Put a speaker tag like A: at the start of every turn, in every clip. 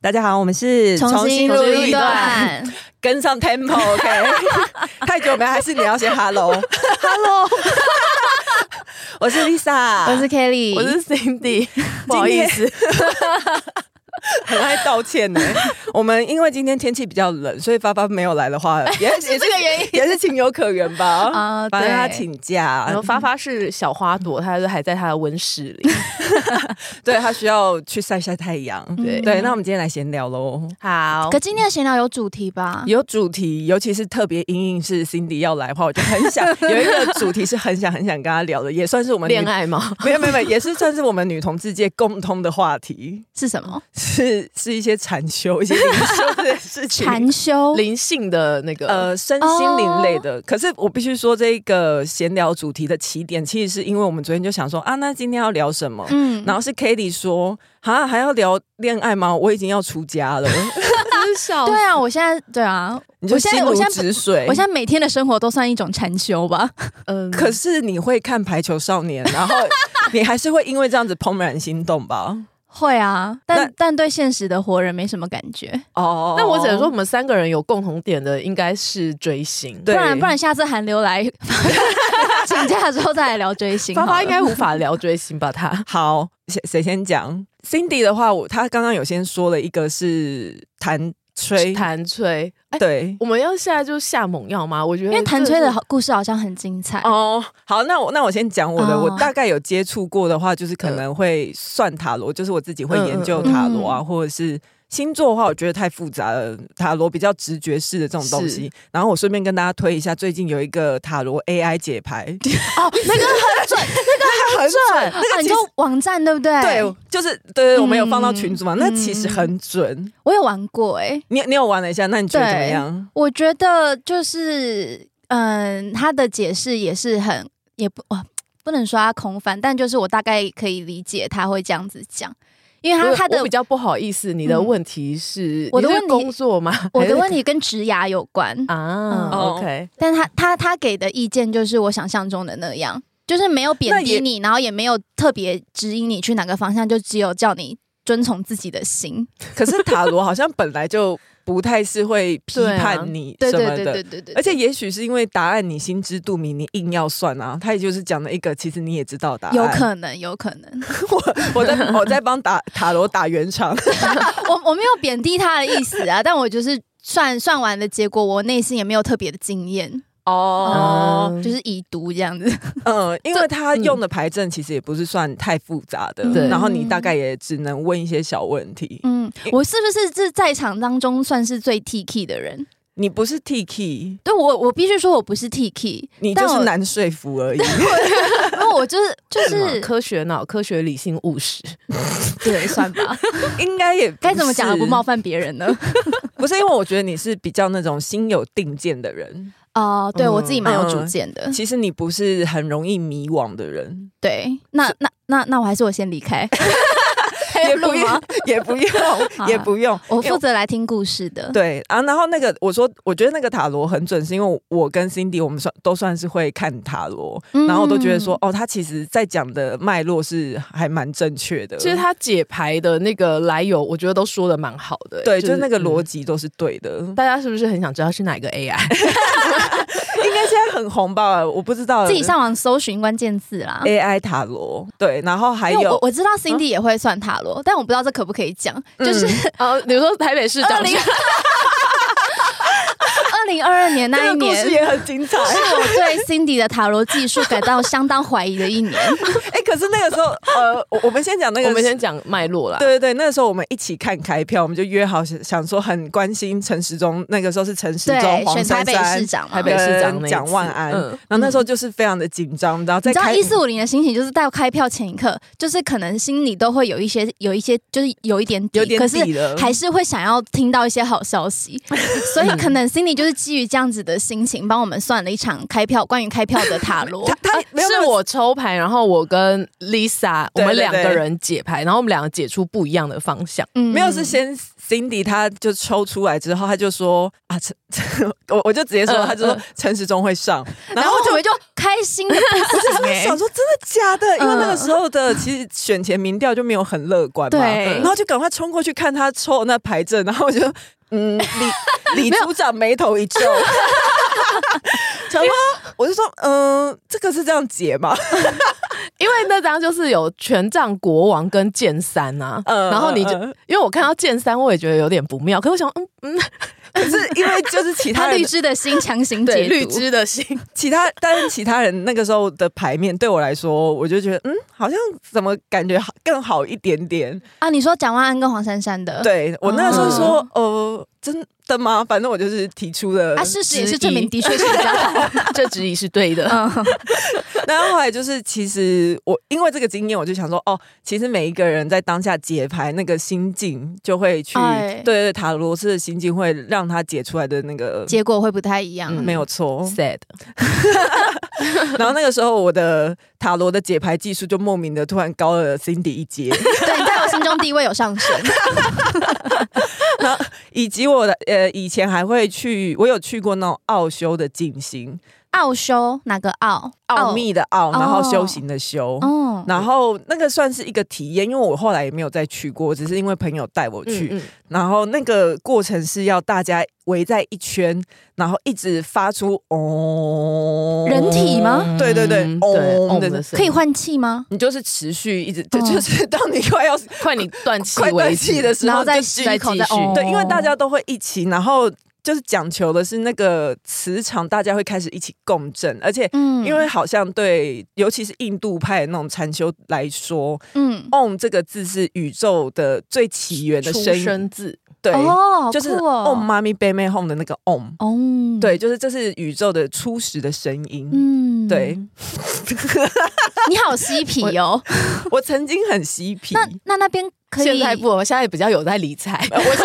A: 大家好，我们是
B: 重新录一段，
A: 跟上 tempo，OK？、太久没，还是你要先 hello，hello，我是 Lisa，
B: 我是 Kelly，
C: 啊我是 Cindy，不好意思，
A: 很爱道歉呢。 我们因为今天天气比较冷，所以发发没有来的 话，也也
B: 是这个原因，
A: 也是情有可原吧。啊、
B: 啊
A: 反正他
B: 对
A: 请假
C: 然，后发发是小花朵，她就还在她的温室里。
A: 对他需要去晒晒太阳。
B: 嗯
C: 对
A: 对，那我们今天来闲聊喽。
C: 好
B: 可，今天的闲聊有主题吧？
A: 有主题，尤其是特别阴影是 Cindy 要来的话，我就很 想有一个主题是很想很想跟他聊的，也算是我们女
C: 恋爱吗？
A: 没有没有没有，也是算是我们女同志界共通的话题，
B: 是什么？
A: 是是一些禅修、一些灵 修的事情。
B: 禅修。
C: 灵性的那个，
A: 呃，身心灵类的。哦可是我必须说，这个闲聊主题的起点，其实是因为我们昨天就想说啊，那今天要聊什么？
B: 嗯
A: 然后是 k a t i e 说啊，还要聊恋爱吗？我已经要出家 了，
C: 真笑
B: 对啊，我现在对啊，
A: 你就
B: 我现
A: 心
B: 在
A: 如
B: 我现在
A: 止水。
B: 我现在每天的生活都算一种禅修吧。
C: 嗯，
A: 可是你会看《排球少年》，然后你还是会因为这样子怦然心动 吧？
B: 会啊，
A: 那
B: 但但对现实的活人没什么感觉。
A: 哦，
C: 那我只能说，我们三个人有共同点的应该是追星。
A: 对
B: 不然不然下次寒流来 请假之后再来聊追星好
C: 发
B: 了。
C: 发应该无法聊追星吧？ 她
A: 好，谁谁先讲？Cindy 的话，我她刚刚有先说了一个是弹吹，
C: 弹吹，哎，
A: 对。
C: 我们要现在就下猛药吗？我觉得
B: 因为弹
C: 这
B: 吹的
C: 是
B: 好故事好像很精彩。
A: 哦，好，那我那我先讲我的，
B: 哦嗯
A: 我大概有接触过的话，就是可能会算塔罗，就是我自己会研究塔罗啊，
B: 嗯嗯嗯
A: 或者是星座的话，我觉得太复杂了，塔罗比较直觉式的这种东西
C: 是。
A: 然后我顺便跟大家推一下，最近有一个塔罗 AI 解牌，
B: 哦，那个很 准，
A: 很准，那
B: 啊
A: 个
B: 你
A: 其
B: 就
A: 实。
B: 网站对不对？
A: 对，就是对对，对我们有放到
B: 嗯
A: 群组嘛，那其实
B: 嗯
A: 很准。
B: 我有玩过哎、
A: 你你有玩了一下，那你觉得怎么
B: 对
A: 样？
B: 我觉得就是，嗯，他的解释也是很，也不哇，不能说他空泛，但就是我大概可以理解他会这样子讲，因为
C: 我
B: 他他的
C: 我比较不好意思，你的
B: 嗯
C: 问题是
B: 我的
C: 你是
B: 问题
C: 工作吗？
B: 我
A: 哎
B: 的问
C: 题
B: 题跟职涯有关，
C: 啊
B: 嗯
C: ，OK，
B: 但他他他给的意见就是我想象中的那样，就是没有
A: 那
B: 贬
A: 也
B: 低你，然后也没有特别指引你去哪个方向，就只有叫你遵从自己的心。
A: 可是塔罗好像本来就不太是会批判你
B: 对
A: 什
B: 对
A: 么
B: 对
A: 的
B: 对，对对，
A: 而且也许是因为答案你心知肚明，你硬要算啊，他也就是讲了一个其实你也知道的答案。
B: 有可能，有可能，
A: 我在我在帮打塔罗打圆场，
B: 我我没有贬低他的意思啊，但我就是算算完的结果，我内心也没有特别的经验，
A: 哦，
C: 嗯
B: 就是已读这样子。
A: 嗯，因为他用的牌阵其实也不是算太复杂的，
C: 对
A: 然后你大概也只能问一些小问题，
B: 嗯，我是不是是在场当中算是最 T K 的人？
A: 你不是 T K，
B: 对我，我必须说我不是 T K，
A: 你
B: 但
A: 就是
B: 我
A: 难说服而已。
B: 因为我就是 就
C: 嘛
B: 是
C: 科学脑、科学理性、务实。
B: 对，算吧，
A: 应该也不
B: 该怎么讲而啊
A: 是
B: 不冒犯别人 呢？
A: 不是因为我觉得你是比较那种心有定见的人，
B: 哦，对我自己蛮有主
A: 嗯
B: 见的。
A: 其实你不是很容易迷惘的 人，
B: 对，那那那那我还是我先 离开，还有
A: 也
B: 录
A: 不
B: 吗啊
A: 用？，也不用，也不用。
B: 我
A: 因
B: 负
A: 为
B: 责来听故事的。
A: 对啊，然后那个我说，我觉得那个塔罗很准，是因为我跟 Cindy 我们算都算是会看塔罗，
B: 嗯
A: 然后都觉得说，哦，他其实在讲的脉络是还蛮正确的，
B: 呃
C: 其实他解牌的那个来由，我觉得都说的蛮好的、欸嗯
A: 对，就是
B: 嗯
A: 那个逻
C: 辑、
A: 辑都是对的，
C: 嗯大家是不是很想知道是哪一个 AI？
A: 应该现在很红吧？我不知道
B: 自己上网搜寻关键字啦。
A: AI 塔罗，对，然后哎还
B: 因为我
A: 有嗯
B: 我知道 Cindy 也会算塔罗，但我不知道这可不可以讲，就是
C: 哦，你说台北市
B: 二
C: 长
B: 零 二零二二年那
A: 这
B: 一
A: 个故
B: 年，
A: 事也很精 彩。哎
B: 是我对 Cindy 的塔罗技术感到相当怀疑的 一年。
A: 哎、可是那个时候，呃，我我们先讲那个，
C: 我们先讲脉络啦。
A: 对对对，那个时候我们一起看开票，我们就约好想想说很关心陈时中，那个时候是陈时中、
B: 对，
A: 黄
B: 选
A: 珊
B: 台北
A: 珊
B: 市。长嘛，
C: 台北市长
A: 跟
C: 那一
A: 蒋
C: 次
A: 万安
C: 嗯
A: 然后那时候就是非常的紧张，然后在
B: 你知道
A: 开
B: 一四五零的心情就是到开票前一刻，就是可能心里都会有一些有一些就是有一点底，
A: 有点
B: 可
A: 底
B: 是
A: 了，
B: 还是会想要听到一些好 消息，所以
A: 嗯
B: 可能心里就是基于这样子的心情，帮我们算了一场开票关于开票的塔罗
A: 他。他没有那
C: 是
A: 么
C: 我抽牌，然后我跟 Lisa 我
A: 对
C: 们
A: 对
C: 两个
A: 对
C: 人解牌，然后我们两个解出不一样的方向。
B: 嗯
A: 没有是先 Cindy 他就抽出来之后，他就说啊陈， 我我就直接说，
C: 嗯
A: 他就说
C: 嗯
A: 陈时中会上，
B: 然
A: 然
B: 后
A: 后欸
B: 我们就开心 的不 行哎、
A: 想说真的假的？因为那个
B: 嗯
A: 时候的其实选前民调就没有很乐观嘛，
B: 对
A: 然后就赶快冲过去看他抽的那牌阵，然后我就嗯， 李李组长眉头一皱。想说，我就说，嗯、这个是这样解 吗？
C: 因为那张就是有权杖国王跟剑三啊，
A: 嗯
C: 然后你就
A: 嗯嗯
C: 因为我看到剑三，我也觉得有点不妙，可是我想，嗯嗯，
A: 可是因为就是其欸他
B: 他
A: 人
B: 绿枝的心强行解读，
C: 的心，
A: 其他，但是其他人那个时候的牌面对我来说，我就觉得，嗯，好像怎么感觉好更好一点点。
B: 啊！你说蒋万安跟黄珊珊的，
A: 对我那时候说，呃，真的吗？反正我就是提出了
B: 嗯啊，事实也
C: 质
B: 是
C: 疑
B: 证明的确是 比较
A: 嗯
B: 好。
C: 这质疑是对的。
B: 嗯，
A: 然后后来就是，其实我因为这个经验，我就想说，哦，其实每一个人在当下解牌那个心境，就会去、
B: 哎
A: 对对对塔罗斯的心境，会让他解出来的那个。
B: 结果会不太一样。
A: 嗯没有错，
C: sad，
A: 然后那个时候我的塔罗的解牌技术就莫名的突然高了 Cindy 一阶，
B: 对，你在我心中地位有 上升。
A: 以及我的呃以前还会去，我有去过那种奥修的静心，
B: 奥修哪个奥？
A: 奥秘的奥，然后
B: 哦
A: 修行的修，
B: 哦，
A: 然后那个算是一个体验，因为我后来也没有再去过，只是因为朋友带我去，
C: 嗯
A: 然后那个过程是要大家围在一圈，然后一直发出哦，
B: 人体吗
C: 嗯
A: 对对对
C: 嗯
A: 嗡
C: 对，嗡
A: 的
C: 的声
B: 可以
C: 音，
B: 换气吗？
A: 你就是持续一直，
B: 哦
A: 就是到你快要
C: 快你断气
A: 快断
C: 为
A: 气
C: 止
A: 的时候，
B: 然后再
A: 就
B: 吸
C: 再
B: 一口
C: 继
B: 再
C: 续
B: 哦，
A: 对，因为大家都会一起，然后就是讲求的是那个磁场，大家会开始一起共振，而且。
B: 嗯
A: 因为好像对，尤其是印度派那种禅修来说
B: 嗯
A: ，“om” 这个字是宇宙的最起源的
C: 出
A: 声音，
C: 生字，
A: 对，
B: 哦，
A: 就是
B: 好酷
A: “om
B: 哦，
A: 妈咪 b a m y home” 的那个 “om”，
B: 哦
A: 对，，就是这是宇宙的初始的声音。
B: 嗯
A: 对，
B: 你好嬉皮哦。
A: 我曾经很嬉皮，
B: 那那那边可以，
C: 现在不，我现在比较有在理财，
A: 呃我现在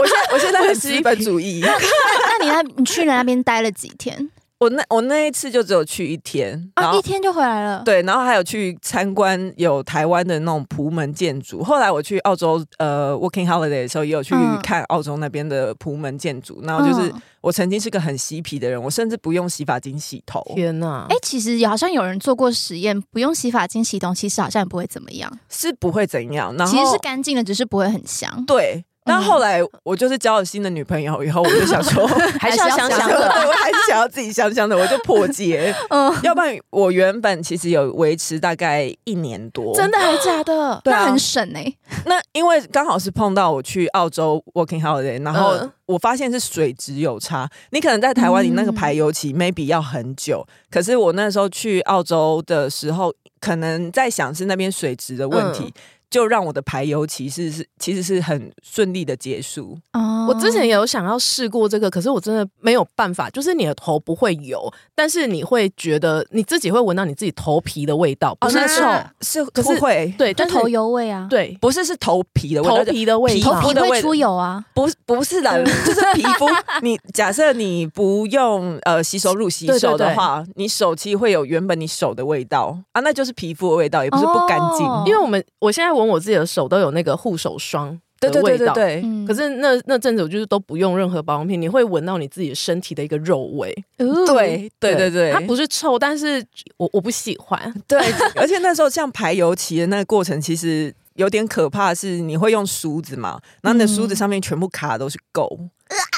A: 我现在我现在很资本主义。
B: 那你那你去了那边待了几天
A: 我那我那一次就只有去一天，然
B: 啊？
A: 后
B: 一天就回来了。，
A: 对，然后还有去参观有台湾的那种普门建筑。后来我去澳洲呃 working holiday 的时候，也有去
B: 嗯
A: 看澳洲那边的普门建筑。然后就是、
B: 嗯
A: 我曾经是个很嬉皮的人，我甚至不用洗发精洗头，
C: 天哪
B: 哎，，其实好像有人做过实验，不用洗发精洗头，其实好像也不会怎么样，
A: 是不会怎样。然后
B: 其实是干嗯净的，只是不会很香。
A: 对。但后来我就是交了新的女朋友以后，我就想 说，
C: 还是要
B: 还
C: 想想
B: 是要
C: 的，
A: 对我还是想要自己香香的，我就破戒。
B: 嗯，
A: 要不然我原本其实有维持大概一年多，
C: 真的还假的？
A: 对
B: 那
A: 啊
B: 很。省哎。
A: 那因为刚好是碰到我去澳洲 working holiday，然后
C: 嗯
A: 我发现是水质有差。你可能在台湾，你那个
B: 嗯
A: 排油期 maybe 要很久，可是我那时候去澳洲的时候，可能在想是那边水质的问题。
C: 嗯
A: 就让我的排油期是是其实是很顺利的结束，
B: 哦
C: 我之前也有想要试过这个，可是我真的没有办法，就是你的头不会油，但是你会觉得你自己会闻到你自己头皮的味道，不是
A: 那
C: 哦臭，
A: 是
C: 可是
A: 不会
C: 对，
B: 就
C: 但是
B: 头，油味啊，
C: 对，
A: 不是是头皮的味道，
C: 头皮的味
A: 皮
C: 道，
B: 头
A: 肤
B: 皮
A: 的味
B: 会出油啊。
A: 不是不是的，就是皮肤。你假设你不用呃洗手乳洗手的话，你手其实会有原本你手的味道啊，那就是皮肤的味道，也不是不干净。
B: 哦
C: 因为我们我现在闻我自己的手都有那个护手霜的
A: 对对对
C: 味
A: 对
C: 道。
A: 对，
B: 嗯
C: 可是那那阵子我就是都不用任何保养品，你会闻到你自己身体的一个肉味。
B: 哦
A: 对对对对，
C: 它不是臭，但是我我不喜欢。
A: 对，而且那时候像排油漆的那个过程，其实有点可怕，是你会用梳子嘛，然后你的梳子上面全部卡的都是垢。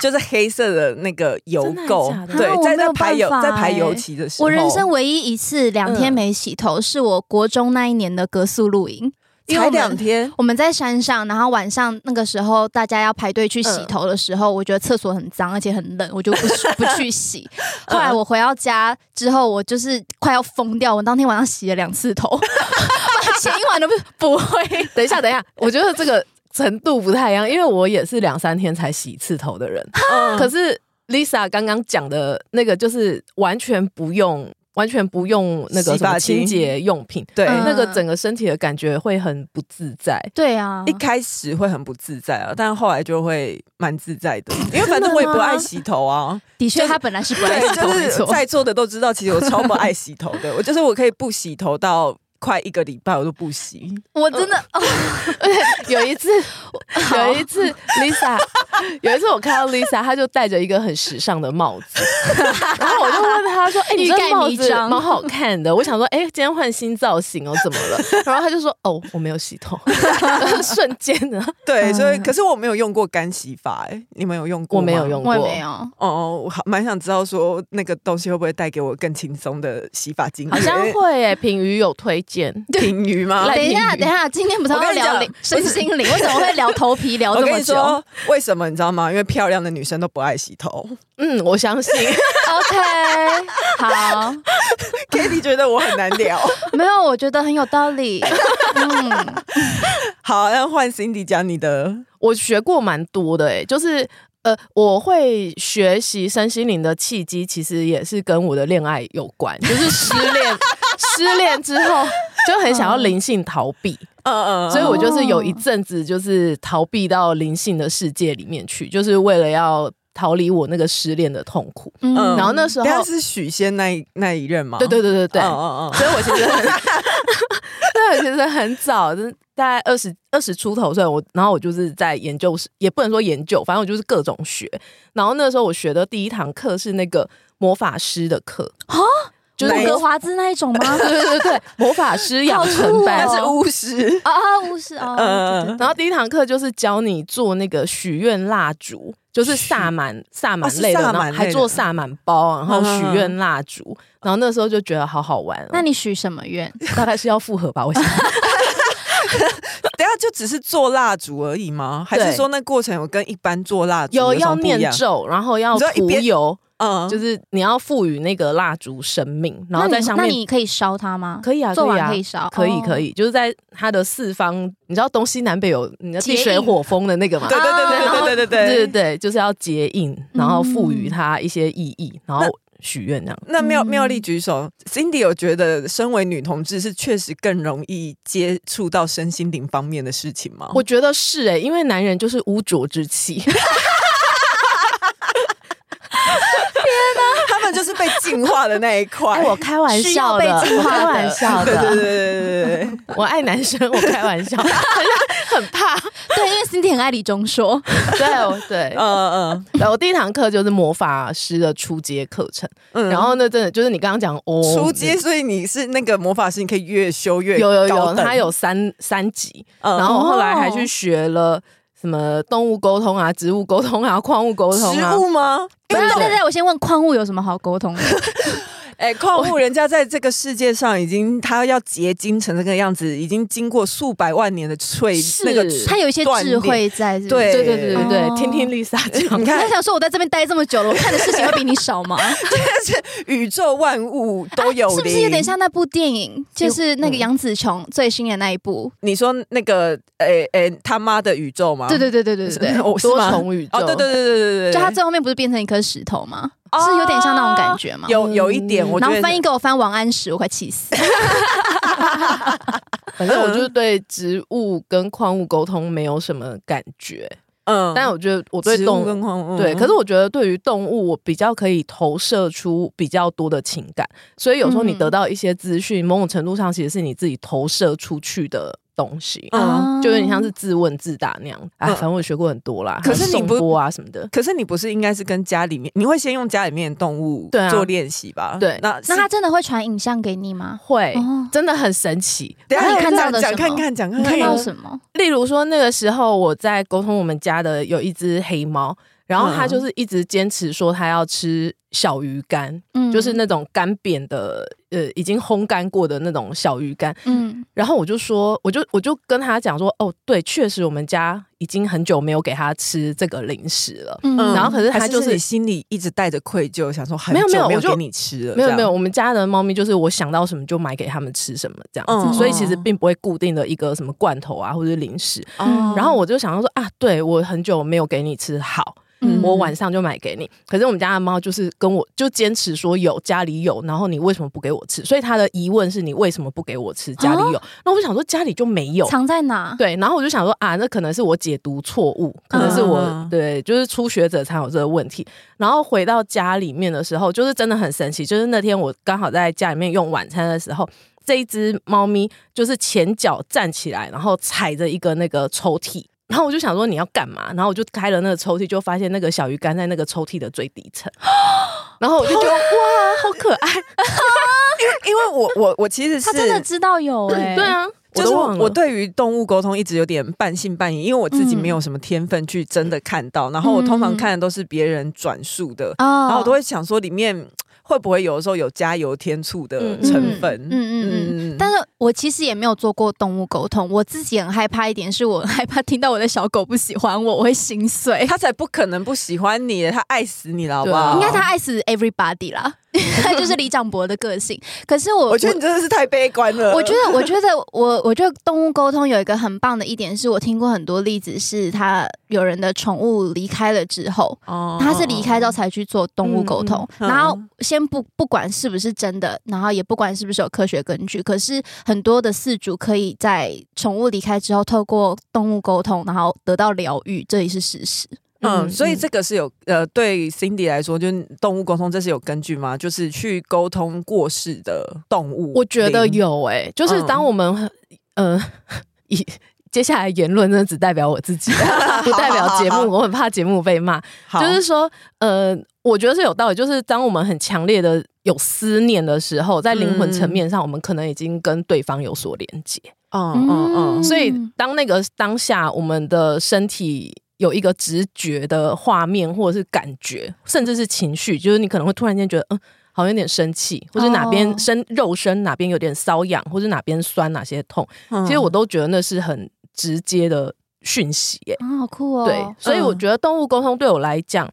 A: 就是黑色的那个油垢
B: 的啊
C: 真的还，假
A: 对，
B: 我
A: 在
B: 没
A: 在
B: 有
A: 排油
B: 办
A: 在
B: 法
A: 排油
B: 欸
A: 漆的时候，
B: 我人生唯一一次两天没洗头，是我国中那一年的格宿露营。因为
A: 才
B: 我们
A: 两天，
B: 我们在山上，然后晚上那个时候大家要排队去
C: 嗯
B: 洗头的时候，我觉得厕所很脏，而且很冷，我就不去不去 洗。后来我回到家之后，我就是快要疯掉，我当天晚上洗了两次头，我前一晚都不不会。
C: 等一下，等 一下，我觉得这个程度不太一样，因为我也是两三天才洗一次头的人。
A: 嗯
C: 可是 Lisa 刚刚讲的那个，就是完全不用，完全不用那个
A: 洗
C: 什么
A: 发精
C: 清洁用品，
A: 对，
B: 嗯
C: 那个整个身体的感觉会很不自 在。
B: 对啊
A: 一，开始会很不自在啊，但后来就会蛮自在的，因为反正我也不爱洗头 啊。
B: 的确他本来是不爱洗
A: 对，
B: 头，
A: 就
B: 没
A: 是
B: 错。
A: 在座的都知道，其实我超不爱洗头 的。我就是我可以不洗头到快一个礼拜，我都不洗。
B: 我真的哦，
C: 有一次，有一次 Lisa，有一次我看到 Lisa，她就戴着一个很时尚的帽子， 然后我就问她 说：“哎、你
B: 欲
C: 这
B: 盖
C: 帽
B: 弥
C: 子
B: 彰
C: 蛮好看的。”我想说：“哎、今天换新造型哦，怎么了？”然后她就说：“哦，我没有洗 头。”瞬间呢，
A: 对，所以
B: 嗯
A: 可是我没有用过干洗法、欸，你们有用过
C: 我
A: 吗？
C: 没有用
B: 我
C: 过，
B: 也没有。
A: 哦，我好蛮想知道说那个东西会不会带给我更轻松的洗发经验？
C: 好像会诶、品瑜有推荐。
A: 平鱼 吗？
B: 等一下，
C: 赖皮
B: 等一下，今天不是
A: 我跟
B: 要
A: 你讲
B: 聊灵身心灵，为什么会聊头皮聊
A: 我
B: 这
A: 跟
B: 么
A: 你
B: 久
A: 说，为什么你知道吗？因为漂亮的女生都不爱洗头。
C: 嗯，我相信。
B: ？OK，好，
A: Kitty 觉得我很难聊。
B: 没有，我觉得很有道 理。嗯。
A: 好，那换 Cindy 讲你的。
C: 我学过蛮多的诶、就是呃，我会学习身心灵的契机，其实也是跟我的恋爱有关，就是失 恋，失恋之后就很想要灵性逃避，
A: 嗯嗯
C: 所以我就是有一阵子就是逃避到灵性的世界里面去，就是为了要逃离我那个失恋的痛苦。
A: 嗯
C: 然后那时候，
A: 但是许仙那一那一任吗？
C: 对对对对对，
A: 嗯嗯嗯
C: 所以我其实很， 对，我其实很早，就是大概二十二十出头岁，我然后我就是在研究室，也不能说研究，反正我就是各种学。然后那时候我学的第一堂课是那个魔法师的课
B: 啊
C: 就是
A: 哪一
B: 格
C: 魔
B: 华兹那一种 吗？对对对对，
C: 魔法师养成班
A: 他。是巫师。
B: 啊啊，巫师啊，哦
A: 嗯嗯嗯
C: 然后第一堂课就是教你做那个许愿蜡烛，就是萨满萨满类的，
A: 哦是萨
C: 然
A: 满
C: 后还
A: 类的
C: 做萨满包，然后
A: 嗯嗯嗯
C: 许愿蜡烛。然后那时候就觉得好好玩哦、
B: 那你许什么愿？
C: 大概是要复合吧？ 我想。
A: 等一下就只是做蜡烛而已吗？还
C: 对
A: 是说那过程有跟一般做蜡烛
C: 有
A: 什么
C: 要
A: 不一
C: 念
A: 样？
C: 咒，然后要
A: 你知道一
C: 涂
A: 边
C: 油，
A: 嗯，
C: 就是是你要赋予那个蜡烛生命，然后在上
B: 那你
C: 面
B: 那你可以烧它吗？
C: 可以啊，
B: 做
C: 可以
B: 完
C: 啊
B: 可以。烧，
C: 可以
B: 哦
C: 可。以，就是在它的四方，你知道东西南北有你的地
B: 结
C: 水
B: 印
C: 火风的那个嘛？
A: 对对对对对对
C: 啊对
A: 对
C: 对
A: 对。
C: 对，就是要结印，然后赋予
B: 嗯
C: 它一些意义，然后许愿这样。
A: 那妙妙丽举手，Cindy 有觉得身为女同志是确实更容易接触到身心灵方面的事情吗？
C: 我觉得是哎，因为男人就是污浊之气，
A: 他们就是被净化的那一块。
C: 哎，我开玩
B: 需要
C: 笑
B: 被
C: 的，
B: 净
C: 我
B: 化
C: 开
B: 的
C: 玩 笑
A: 对对对
C: 的，
A: 对对对
C: 我爱男生，我开玩笑， 很怕，
B: 对，因为 Cindy 很爱李钟硕，
C: 对我对
A: 对，，嗯嗯
C: 对，我第一堂课就是魔法师的初阶课程，
A: 嗯。
C: 然后那真的就是你刚刚讲哦，
A: 初阶，所以你是那个魔法师，你可以越修越
C: 有有
A: 高
C: 有，
A: 等
C: 他有三三级，
A: 嗯
C: 然后后来还
B: 哦
C: 去学了什么动物沟通啊、植物沟通啊、矿物沟通啊
A: 食，物吗？
B: 对对对，对我先问矿物有什么好沟通的？
A: 哎，矿物人家在这个世界上已经，他要结晶成这个样子，已经经过数百万年的淬
C: 是
A: 那个
B: 它有一些智慧在，是不
A: 对
B: 是
C: 对对对对对
B: 哦，
C: 听听 Lisa
A: 你
C: 讲，
B: 我在
A: 看，
B: 想说，我在这边待这么久了，我看的事情会比你少 吗？
A: 宇宙万物都有灵，
B: 啊是不是有点？像那部电影，就是那个
A: 嗯
B: 杨紫琼最新的那一部？
A: 你说那个，哎哎，他妈的宇宙
C: 嗯
A: 吗？
B: 对对对对对 对对，
A: 哦，是
C: 多
A: 吗？
C: 重宇宙，
A: 哦，对对对对
C: 呃
A: 对对，
B: 就他最后面不是变成一颗石头吗？
A: 哦
B: 是有点像那种感觉吗？
A: 有有一点，我觉
B: 然
A: 得
B: 后翻译给我翻王安石，我快气死。
C: 反
A: 嗯
C: 正我就是对植物跟矿物沟通没有什么感觉，
A: 嗯
C: 但我觉得我对动
A: 植物跟矿物嗯
C: 对，可是我觉得对于动物，我比较可以投射出比较多的情感，所以有时候你
B: 嗯
C: 得到一些资讯，某种程度上其实是你自己投射出去的东西，
B: 啊
A: 嗯。
B: 哦
C: 就有点像是自问自答那样。哎，
A: 嗯
C: 反正我学过很多啦，
A: 可是
C: 还有
A: 你不
C: 颂钵啊什么的，
A: 可是你不是应该是跟家里面，你会先用家里面的动物
C: 对啊
A: 做练习吧？
C: 对
A: 那
B: 那
A: 是
B: 他真的会传影像给你吗？
C: 会
B: 哦
C: 真的很神奇。
A: 等一下
B: 那你看到的
A: 讲讲
B: 什么
A: 看看讲看
B: 你看
A: 看
B: 到
A: 有
B: 什么？
C: 例如说那个时候我在沟通我们家的有一只黑猫，然后他
A: 嗯
C: 就是一直坚持说他要吃小鱼干，
B: 嗯
C: 就是那种干煸的，呃，已经烘干过的那种小鱼干。
B: 嗯
C: 然后我就说，我就我就跟他讲说，哦，对，确实我们家已经很久没有给他吃这个零食了。
B: 嗯，
C: 然后可是他
A: 还
C: 就
A: 是
C: 是
A: 你心里一直带着愧疚，想说很
C: 没有
A: 久
C: 没有
A: 没
C: 我就
A: 给你吃了，这
C: 没有
A: 样
C: 没有，，我们家的猫咪就是我想到什么就买给他们吃什么这样子，
A: 嗯
C: 所以其实并不会固定的一个什么罐头啊或者是零食。
A: 哦
C: 然后我就想到说啊，对我很久没有给你吃，好，
B: 嗯
C: 我晚上就买给你。可是我们家的猫就是跟我就坚持说有家里有，然后你为什么不给我吃？所以他的疑问是你为什么不给我吃？家里有，
A: 啊
C: 那我想说家里就没有。
B: 藏在哪？
C: 对，然后我就想说啊，那可能是我解读错误，可能是我、
A: 嗯
C: 对，就是初学者才有这个问题。然后回到家里面的时候，就是真的很神奇，就是那天我刚好在家里面用晚餐的时候，这一只猫咪就是前脚站起来，然后踩着一个那个抽屉。然后我就想说你要干嘛？然后我就开了那个抽屉，就发现那个小鱼干在那个抽屉的最底层。然后我就觉得哇，好可爱！
A: 因为我我我其实是
B: 他真的知道有哎、
C: 对，啊，我
A: 就是
C: 都
A: 我
C: 忘了
A: 我对于动物沟通一直有点半信半疑，因为我自己没有什么天分去真的看到，然后我通常
C: 嗯
A: 看的都是别人转述的，
C: 哦
B: 啊
A: 然后我都会想说里面会不会有的时候有加油添醋的
C: 嗯
A: 成分，
B: 嗯嗯嗯但是我其实也没有做过动物沟通，我自己很害怕一点，是我很害怕听到我的小狗不喜欢我，我会心碎。
A: 哎他才不可能不喜欢你，他爱死你了，好不好？
B: 应该他，爱死 everybody 啦， 他就是李长博的个性。可是我，
A: 我觉得你真的是太悲观了。
B: 我觉得，我觉得我，我觉得动物沟通有一个很棒的一点，是我听过很多例子，是他有人的宠物离开了之后，
A: 哦
B: 他是离开之后才去做动物沟通，
A: 嗯嗯
B: 然后先不不管是不是真的，然后也不管是不是有科学根据，可是很多的饲主可以在宠物离开之后，透过动物沟通，然后得到疗愈，这也是事实。
A: 嗯，所以这个是有呃，对 Cindy 来说，就是动物沟通，这是有根据吗？就是去沟通过世的动物，
C: 我觉得，有诶、就是当我们、呃以接下来言论真的只代表我自己，啊不代表节目，我很怕节目被骂。
A: 好
C: 就是说，呃，我觉得是有道理，就是当我们很强烈的有思念的时候，在灵魂层面上，我们可能已经跟对方有所连接，
A: 嗯嗯嗯，
C: 所以当那个当下我们的身体。有一个直觉的画面，或者是感觉，甚至是情绪，就是你可能会突然间觉得，嗯，好像有点生气，或者哪边
B: 哦
C: 身、肉身哪边有点瘙痒，或者哪边酸哪些痛，
A: 嗯
C: 其实我都觉得那是很直接的讯息、耶。
B: 啊、好酷哦！
C: 对，所以我觉得动物沟通对我来讲，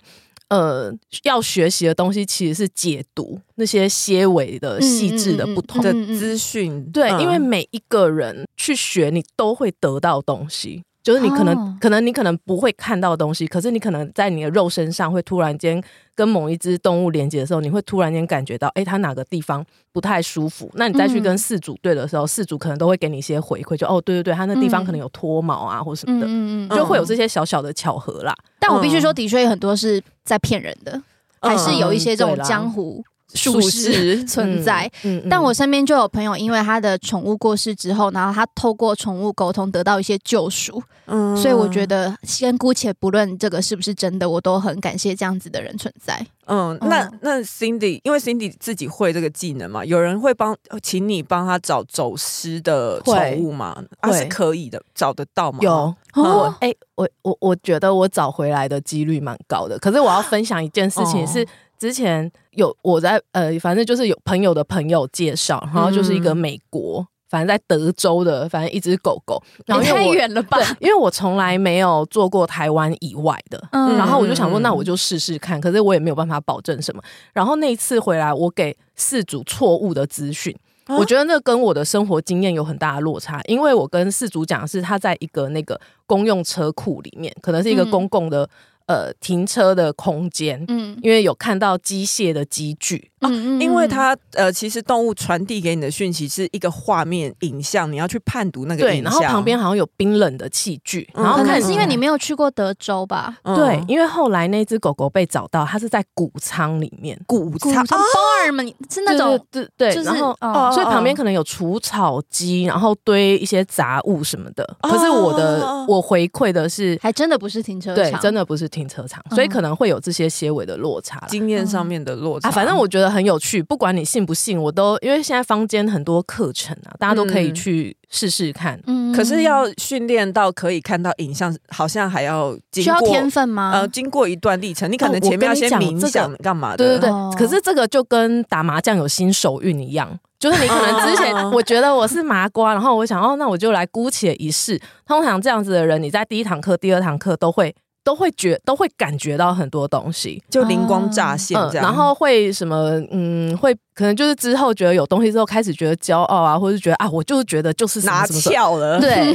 C: 呃，要学习的东西其实是解读那些些微的、细致的不同。
A: 的
B: 嗯嗯
A: 资讯，
C: 对，
A: 嗯
C: 因为每一个人去学，你都会得到东西。就是你可能、
B: 哦
C: 可能你可能不会看到东西，可是你可能在你的肉身上会突然间跟某一只动物连接的时候，你会突然间感觉到，哎、它哪个地方不太舒服。那你再去跟
B: 嗯
C: 饲主对的时候，饲、主可能都会给你一些回馈，就哦，对对对，它那地方
B: 嗯
C: 可能有脱毛啊或什么
B: 嗯
C: 的，
B: 嗯嗯嗯，
C: 就会有这些小小的巧合啦。
B: 但我必须说，的确有很多是在骗人的，还是有一些这
C: 嗯嗯
B: 种
C: 对啦
B: 江湖术士 存在。
C: 嗯，嗯
B: 但我身边就有朋友，因为他的宠物过世之后，然后他透过宠物沟通得到一些救赎，
A: 嗯
B: 所以我觉，得先姑且不论这个是不是真的，我都很感谢这样子的人存在。
A: 嗯，那
B: 嗯
A: 那 Cindy，因为 Cindy 自己会这个技能嘛，有人会帮，呃请你帮他找走失的宠物吗？啊，
C: 会
A: 是可以的，找得到吗？
C: 有我
B: 哦，
C: 哎、我我我觉得我找回来的几率蛮高的。可是我要分享一件事情
A: 哦
C: 是，之前有我在呃，反正就是有朋友的朋友介绍，然后就是一个
A: 嗯
C: 美国，反正在德州的，反正一只狗狗，然后
B: 也
C: 因
B: 太
C: 为我。
B: 远了吧？
C: 对，因为我从来没有做过台湾以外的，
B: 嗯
C: 然后我就想说，
A: 嗯
C: 那我就试试看，可是我也没有办法保证什么。然后那一次回来，我给饲主错误的资讯。
A: 啊
C: 我觉得那跟我的生活经验有很大的落差，因为我跟饲主讲的是他在一个那个公用车库里面，可能是一个
B: 嗯
C: 公共的、呃停车的空间，
B: 嗯
C: 因为有看到机械的机具，
B: 嗯嗯
A: 因为它呃，其实动物传递给你的讯息是一个画面影像，你要去判读那个
C: 对，
A: 影像。
C: 然后旁边好像有冰冷的器具，
A: 嗯
C: 然后
B: 可
C: 看
B: 能
A: 起
B: 是因为你没有去过德州吧？
A: 嗯
C: 对，因为后来那只狗狗被找到，它是在谷仓里面，
A: 谷
B: 古
A: 仓
B: 像 bar 嘛，你是那种
C: 哦对对对，
B: 就是
C: 然后。
B: 哦
C: 所以旁边可能有除草机，然后堆一些杂物什么的。
A: 哦
C: 可是我的、
A: 哦哦
C: 我回馈的是，
B: 还真的不是停车
C: 对，
B: 场，
C: 真的不是停车场，
B: 嗯
C: 所以可能会有这些些微的落差啦
A: 经验上面的落差。
C: 啊。反正我觉得很有趣，不管你信不信，我都因为现在坊间很多课程啊，大家都可以去试试看。
B: 嗯
A: 可是要训练到可以看到影像，好像还要经
B: 需要
A: 过
B: 天分吗？
A: 呃，经过一段历程，你可
C: 啊哦
A: 能
C: 我
A: 前面
C: 跟
A: 要
C: 你
A: 先
C: 讲
A: 冥
C: 这个
A: 想干嘛的？
C: 对对对，
B: 哦
C: 可是这个就跟打麻将有新手运一样，就是你可能之前
A: 哦
C: 我觉得我是麻瓜，然后我想哦，那我就来姑且一试。通常这样子的人，你在第一堂课、第二堂课都会都会觉都会感觉到很多东西。
A: 就灵光乍现
C: 嗯，
A: 这样。
C: 然后会什么？嗯，会可能就是之后觉得有东西之后开始觉得骄傲啊，或者是觉得啊，我就是觉得就是什么
A: 拿
C: 什么什么。
A: 翘了，
B: 对，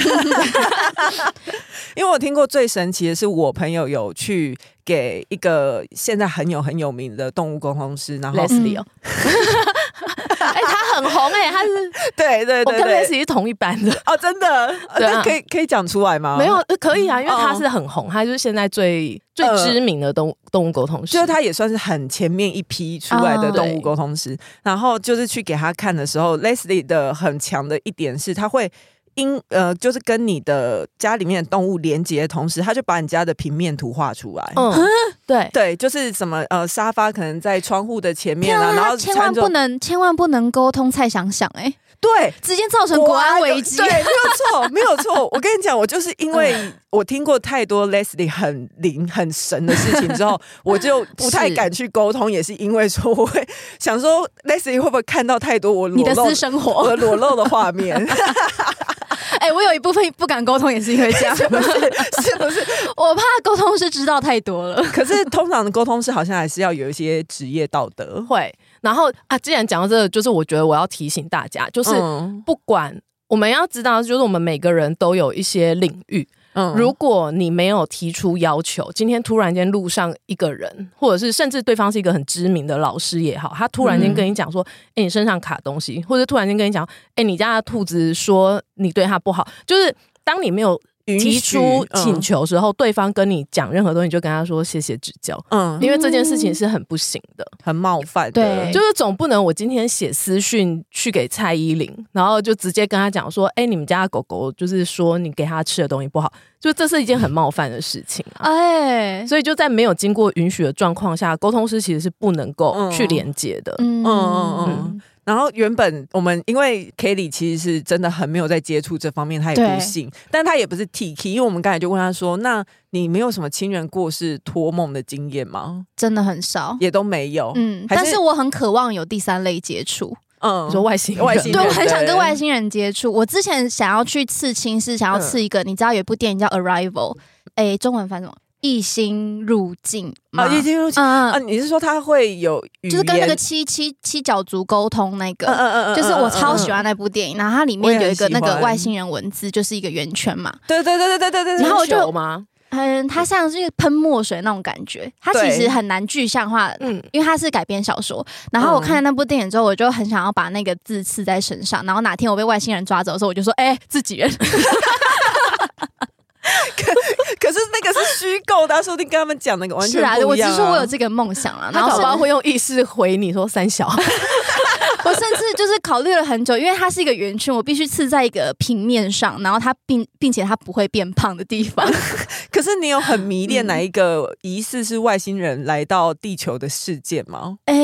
A: 因为我听过最神奇的是，我朋友有去给一个现在很有很有名的动物沟通师，然后
C: Leslie 哦，
B: 哎，他很红哎， 他是
A: 对对
C: 我
A: 对
C: 跟
A: 对，
C: Leslie 是同一班的，
A: 哦，真的，
C: 对啊
A: 那可以可以讲出来吗？
C: 没有，呃可以啊，因为
A: 哦
C: 他是很红，他就是现在最最
A: 呃
C: 知名的动物动物沟通师，
A: 就是他也算是很前面一批出来的
B: 哦
A: 动物沟通师，然后就是去给他看的时候，Leslie 的很强的一点是，他会因呃，就是跟你的家里面的动物连接的同时，他就把你家的平面图画出来。
C: 嗯，对，
A: 对，就是什么呃，沙发可能在窗户的前面啊，
B: 天
A: 然后
B: 千万
A: 餐桌
B: 不能，千万不能沟通蔡想想，哎，
A: 对，
B: 直接造成国安危机嗯
A: 对，。没有错，没有错。我跟你讲，我就是因为我听过太多 Leslie 很灵、很神的事情之后，我 就不太敢去沟通，也是因为说我会想说 Leslie 会不会看到太多我
B: 你
A: 裸
B: 的
A: 露
B: 私、生
A: 我
B: 活，
A: 裸露的画面，
B: 哎、我有一部分不敢沟通， 也是因为这样，
A: 是不是？
B: 我怕沟通是知道太多了。
A: 可是通常的沟通是好像还是要有一些职业道德，
C: 会。然后啊，既然讲到这个，就是我觉得我要提醒大家，就是
A: 嗯
C: 不管我们要知道，就是我们每个人都有一些领域，
A: 嗯
C: 如果你没有提出要求，今天突然间路上一个人，或者是甚至对方是一个很知名的老师也好，他突然
A: 嗯
C: 间跟你讲说：“哎、你身上卡东西”，或者突然间跟你讲：“哎、你家的兔子说你对它不好。”就是当你没有
A: 允许
C: 提出
A: 嗯
C: 请求的时候，对方跟你讲任何东西，你就跟他说“谢谢指教”，
A: 嗯
C: 因为这件事情是很不行的。
A: 很冒犯的，
B: 对
C: 就是总不能我今天写私讯去给蔡依林，然后就直接跟她讲说，哎、你们家的狗狗就是说你给它吃的东西不好，就这是一
A: 嗯
C: 件很冒犯的事情 啊。
B: 哎、
C: 所以就在没有经过允许的状况下，沟通师其实是不能够去连接的。
B: 嗯
A: 嗯嗯嗯。然后原本我们因为 Kelly 其实是真的很没有在接触这方面，他也不
B: 对
A: 信，但他也不是 T K，因为我们刚才就问他说：“那你没有什么亲人过世托梦的经验吗
B: 真的很少？”。
A: 也都没有，
B: 嗯，
A: 还
B: 但是我很渴望有第三类接触，
A: 嗯
C: 你说外星人啊
A: 外星
B: 对
A: 人
B: 我很想
A: 对
B: 跟外星人接触。我之前想要去刺青，是
A: 嗯
B: 想要刺一个，你知道有一部电影叫《Arrival》，哎，中文翻什么？异星入境吗
A: 啊，已经入侵
B: 嗯
A: 啊，
B: 嗯，
A: 你是说他会有语言？
B: 就是跟那个七七七角族沟通那个，
A: 嗯嗯
B: 就是我超喜，欢那部电影，然后它里面有一个那
A: 我也很喜
B: 个
A: 欢
B: 外星人文字，就是一个圆圈嘛，
A: 对对对对对对对，
B: 然后我就
C: 有吗？
B: 嗯，它像是喷墨水那种感觉，它其
A: 对
B: 实很难具象化，
C: 嗯，
B: 因为它是改编小说。然
A: 嗯
B: 后我看了那部电影之后，我就很想要把那个字刺在身上，然后哪天我被外星人抓走的时候，我就说，哎、自己人，
A: 可是那个是虚构的啊，说不定跟他们讲那个完
B: 是
A: 全
B: 啊，
A: 不
B: 我
A: 一
B: 只
A: 样啊。
B: 是说我有这个梦想啊，然后
C: 他搞
B: 甚
C: 不好会用意识回你说 三小，
B: 我甚至就是考虑了很久，因为它是一个圆圈，我必须刺在一个平面上，然后它并并且它不会变胖的地 方。
A: 可是你有很迷恋哪一个疑似是外星人来到地球的事件吗？
B: 哎、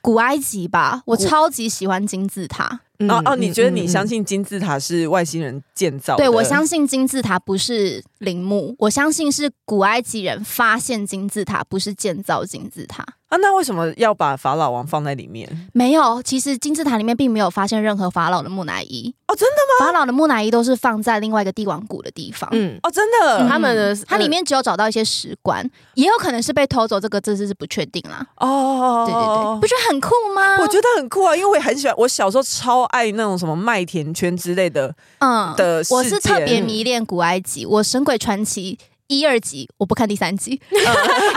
B: 古埃及吧，我超级喜欢金字塔。
C: 嗯
A: 哦哦，你觉得你相？
C: 嗯嗯嗯
A: 信金字塔是外星人建造的？
B: 对，我相信金字塔不是陵墓，我相信是古埃及人发现金字塔，不是建造金字塔。
A: 啊，那为什么要把法老王放在里面？
B: 没有，其实金字塔里面并没有发现任何法老的木乃伊。
A: 哦真
B: 的吗？法老的木乃伊都是放在另外一个帝王谷的地方。
C: 嗯，
A: 哦，真的，
B: 嗯
C: 他们的呃
B: 它里面只有找到一些石棺，也有可能是被偷走，这个这次是不确定啦。
A: 哦哦，
B: 对对对，不觉得很酷吗？
A: 我觉得很酷啊，因为我也很喜欢，我小时候超爱那种什么麦田圈之类的
B: 嗯
A: 的世界。
B: 我是特别迷恋古埃及，我《神鬼传奇》一二集我不看第 三集，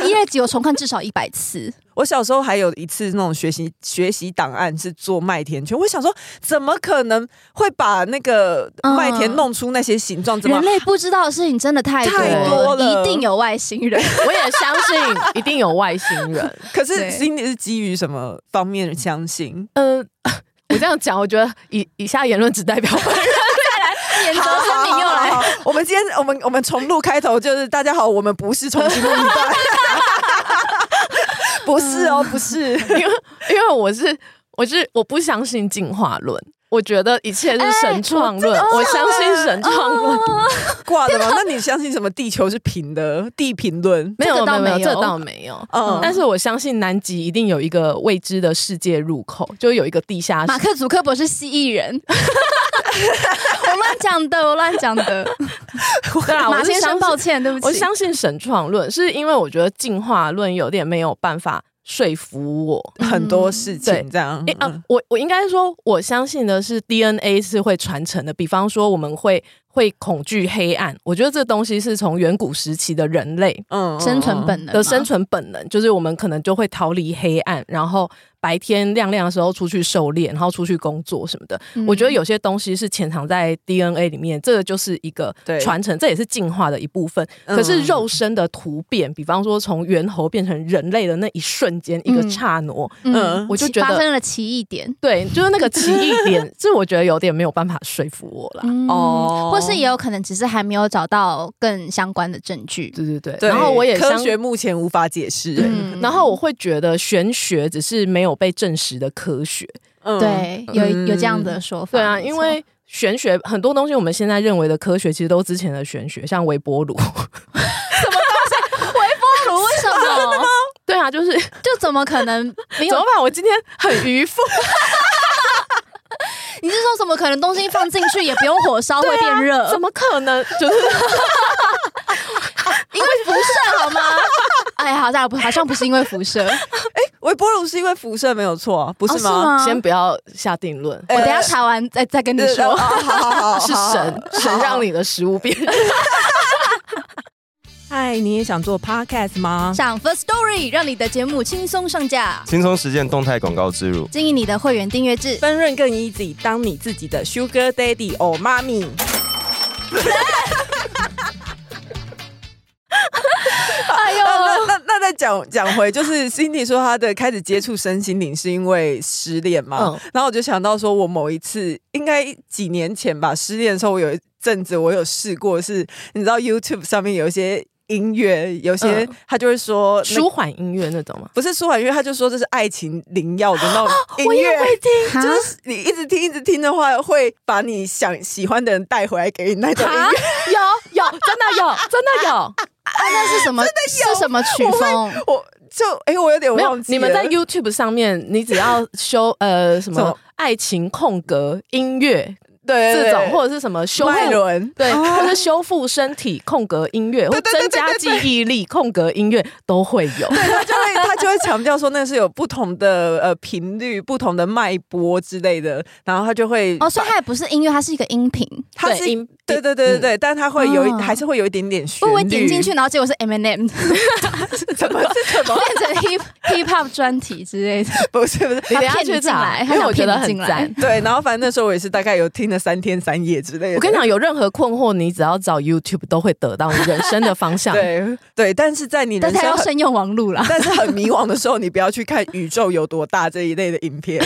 B: 一二集我重看至少一百次。
A: 我小时候还有一次那种学习学习档案是做麦田圈，我想说怎么可能会把那个麦田
B: 嗯
A: 弄出那些形状？怎么
B: 人类不知道的事情真的太
A: 太多了
B: 了，一定有外星人。
C: 我也相信一定有外星 人。
A: 可是
B: 对
A: 心里是基于什么方面相信？
C: 呃， 我这样讲，我觉得以以下言论只代表本人。
B: 免 责声明又来，
A: 好。好好 我们今天我们我们重录开头就是大家好，我们不是重新录一段。 不是哦，不是，
C: 因为因为我是我是我不相信进化论，我觉得一切
B: 哎
C: 是神创论，我相信神
B: 哦
C: 创论。
A: 挂的吗？那你相信什么？地球是平的，地平论？
C: 没
B: 这
C: 有
B: 个倒
C: 没有没有，
B: 没
C: 这
B: 有哦
C: 倒没有。
A: 嗯，
C: 但是我相信南极一定有一个未知的世界入口，就有一个地下室
B: 马。克·祖克伯是蜥 蜴人。我乱讲的，我乱讲的。
C: 对啊，
B: 马
C: 我是
B: 先
C: 相
B: 生，
C: 信
B: 抱歉，对不起。
C: 我相信神创论，是因为我觉得进化论有点没有办法说服我。
B: 嗯
A: 很多事情
C: 对
A: 这样
C: 诶，啊，我我应该说，我相信的是 DNA 是会传承的。比方说，我们会会恐惧黑暗，我觉得这东西是从远古时期的人类
A: 嗯
B: 生存本能
C: 的
B: 嘛
C: 生存本能，就是我们可能就会逃离黑暗，然后白天亮亮的时候出去狩猎，然后出去工作什么的。
B: 嗯
C: 我觉得有些东西是潜藏在 DNA 里面，这个就是一个
A: 对
C: 传承，这也是进化的一部分。
A: 嗯
C: 可是肉身的突变，比方说从猿猴变成人类的那一瞬间，一个
B: 嗯
C: 刹那，
A: 嗯
C: 我就觉得
B: 发生了奇异点。
C: 对，就是 那个奇异点，这我觉得有点没有办法说服我啦。
A: 哦
B: 或是也有可能只是还没有找到更相关的证据。
C: 对对对，
A: 对
C: 然后我也
A: 科
C: 相
A: 学目前无法解
C: 对
A: 释，
B: 嗯
C: 然后我会觉得玄学只是没有被证实的科学。
A: 嗯，
B: 对，有有这样的说法。
C: 对啊，
B: 没错
C: 因为玄学很多东西我们现在认为的科学，其实都之前的玄学，像微波炉。
B: 不 如为什 么？
C: 对啊，就是怎
B: 就怎么可 能没有
C: 么办？我今天 很愚夫，
B: 你是说什么可能东西放进去也不用火烧会变热？
C: 啊怎么可能？就是
B: 因为辐射好吗？哎，好像不好像不是因为辐射，
A: 微波炉是因为辐射没有错，不是
B: 哦
A: 吗？
C: 先呃不要下定论，
B: 我
A: 呃
B: 等一下查完再再跟你
A: 对哦
B: 说。
A: 好好 好，
C: 是神 神让你的食物 变热。
A: 嗨，你也想做 podcast 吗？
B: 上 First Story 让你的节目轻松上架，
D: 轻松实践动态广告植入。
B: 经营你的会员订阅制。
A: 分润更 easy，当你自己的 sugar daddy or mommy。
B: 哎呦，
A: 那那那再讲讲回，就是 Cindy 说她的开始接触身心灵是因为失恋嘛，
C: 嗯
A: 然后我就想到说，我某一次应该几年前吧，失恋的时候，我有一阵子我有试过是，你知道 YouTube 上面有一些音乐，有些
C: 嗯
A: 他就会说那
C: 舒缓音乐那种吗？
A: 不是舒缓乐，他就说这是爱情灵药的那种音
C: 我也
A: 乐。
C: 会听。
B: 哈
A: 就是你一直听一直听的话，会把你想喜欢的人带回来给你那种音乐
C: 啊，有有，真的有，真的有。
B: 啊那是什么？是什么曲风？
A: 我就哎、我有点
C: 没有
A: 忘，记
C: 你们
A: 了
C: 在 YouTube 上面，你只要修 呃什
A: 什
C: 么
A: 么
C: 爱情空格音乐
A: 对
C: 这种，或
A: 者
C: 者是什么修
A: 脉
C: 复。
A: 轮，
C: 对，
B: 哦
C: 或是修复身体空格音乐，或
A: 对对对
C: 增加记忆力空格音乐都会有。
A: 他就会他就会强调说那是有不同的呃频率、不同的脉搏之类的，然后他就会
B: 哦，所以它也不是音乐，它是一个音频。
A: 他是
C: 对音嗯
A: 对对对对对，但他会有一
B: 哦
A: 还是会有一点点
B: 我
A: 旋
B: 以为
A: 律，
B: 点进去，然后结果是 M n M，
A: 怎 么是怎么
B: 变成 hip hip hop 专题之类的。
A: 不是不是。
C: 你等一
B: 他
C: 下
B: 骗
C: 去
B: 你进
C: 查，
B: 来，
C: 因
B: 他
C: 为
B: 想
C: 我觉
B: 骗
C: 得
B: 你
C: 很
B: 进来
C: 赞。。
A: 对，然后反正那时候我也是大概有听了三天三夜之类的。
C: 我跟你讲，有任何困惑，你只要找 YouTube 都会得到你人生的 方向。
A: 对对，但是在你
B: 但
A: 人
B: 他
A: 生
B: 要
A: 很
B: 慎用网路啦，
A: 但是很迷惘的时候，你不要去看宇宙有多大这一类的影 片，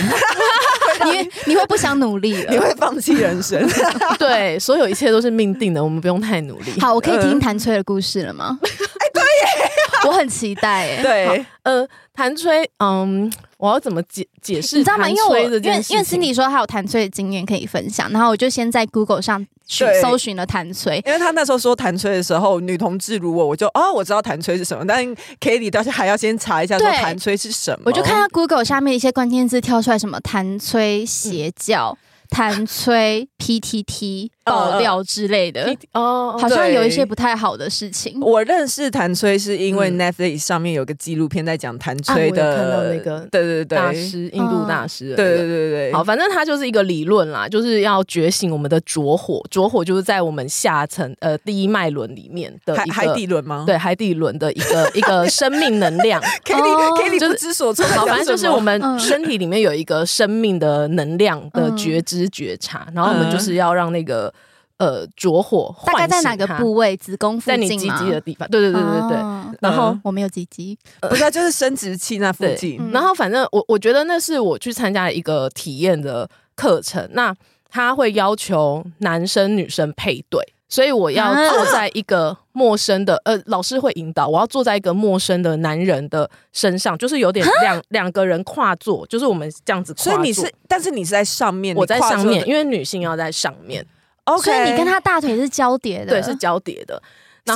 B: 你会你会不想努力
A: 你
B: 了。
A: 会放弃人 生。
C: 对，所有一切都是命定的，我们不用太努 力。
B: 好，我可以听谭崔的故事了吗？哎，对耶，我很期待耶。
A: 对，啊
C: 呃，弹吹，嗯，我要怎么解解释？
B: 你知道吗？因为我因
C: 这件
B: 为
C: 事情
B: 因为 Cindy 说她有弹吹的经验可以分享，然后我就先在 Google 上去
A: 对哦
B: 搜寻了弹吹。
A: 因为他那时候说弹吹的时候，女同志如我，我就哦，我知道弹吹是什么，但 k a t i e 倒是还要先查一下说
B: 对
A: 弹吹是什么。
B: 我就看到 Google 下面一些关键字跳出来，什么弹吹邪教、弹吹 PTT 爆料之类的，
C: 哦，
B: 好像
A: 对
B: 有一些不太好的事情。
A: 我认识弹吹是因为
C: 嗯
A: Netflix 上面有个纪录片在讲弹
C: 啊我
A: 吹
C: 有
A: 的，
C: 看到那个
A: 对对对
C: 大
A: 对，
C: 师，印度
B: 嗯
C: 大师的那
A: 对
C: 个，
A: 对对对，
C: 好，，反正它就是一个理论啦，就是要觉醒我们的着火，着火就是在我们下层呃第一脉轮里面的
A: 海
C: 一个哦
A: 海底轮吗？
C: 对海底轮的一个 一个生命能量。
A: k a t i e
B: 哦
A: k a t i e
C: 就是
A: 不知所措，
C: 好，反正就是我们
B: 嗯
C: 身体里面有一个生命的能量的
B: 嗯
C: 觉知觉察，然后我们就是要让那个呃着火
B: 大概在
C: 唤
B: 哪
C: 醒
B: 个
C: 它
B: 部？位？子宫附
C: 在你
B: 近
C: 鸡
B: 吗？
C: 鸡的地方。对对对对对。
B: 哦
C: 然后
A: 嗯
B: 我没有鸡鸡，
A: 不是啊，就是生殖器那附
C: 呃对
A: 近，
B: 嗯
C: 然后反正我我觉得那是我去参加一个体验的课程，那他会要求男生女生配对，所以我要
B: 啊
C: 坐在一个陌生的，
A: 啊
C: 呃，老师会引导我要坐在一个陌生的男人的身上，就是有点两两个人跨坐，就是我们这样子跨
A: 所
C: 坐。
A: 以你是，但是你是在上面，
C: 我在上面，因
A: 为
C: 为女性要在上面，
A: OK，
B: 所以你跟他大腿是交叠的，
C: 对，是交叠的，然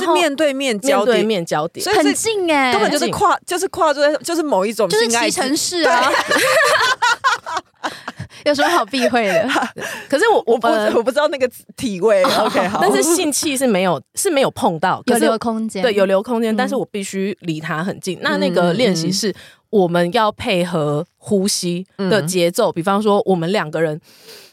A: 啊是
C: 后
A: 面对面交
C: 面对
A: 叠，
C: 面交叠
A: 所，以是
B: 很近哎、
A: 根本就是跨，就是跨坐在，就是某一种
B: 就是
A: 性爱
B: 骑
A: 姿
B: 乘式啊。 有什么好避讳的？
C: 可是我
A: 我
C: 我
A: 不、
C: 呃
A: 我不知道那个体位。OK，好，
C: 但是性器是没有是没有碰到，可
B: 有
C: 是
B: 留空间，
C: 对有留空间，
B: 嗯
C: 但是我必须离他很近。那那个练习是我们要配合呼吸的
B: 嗯
C: 节奏，比方说我们两个人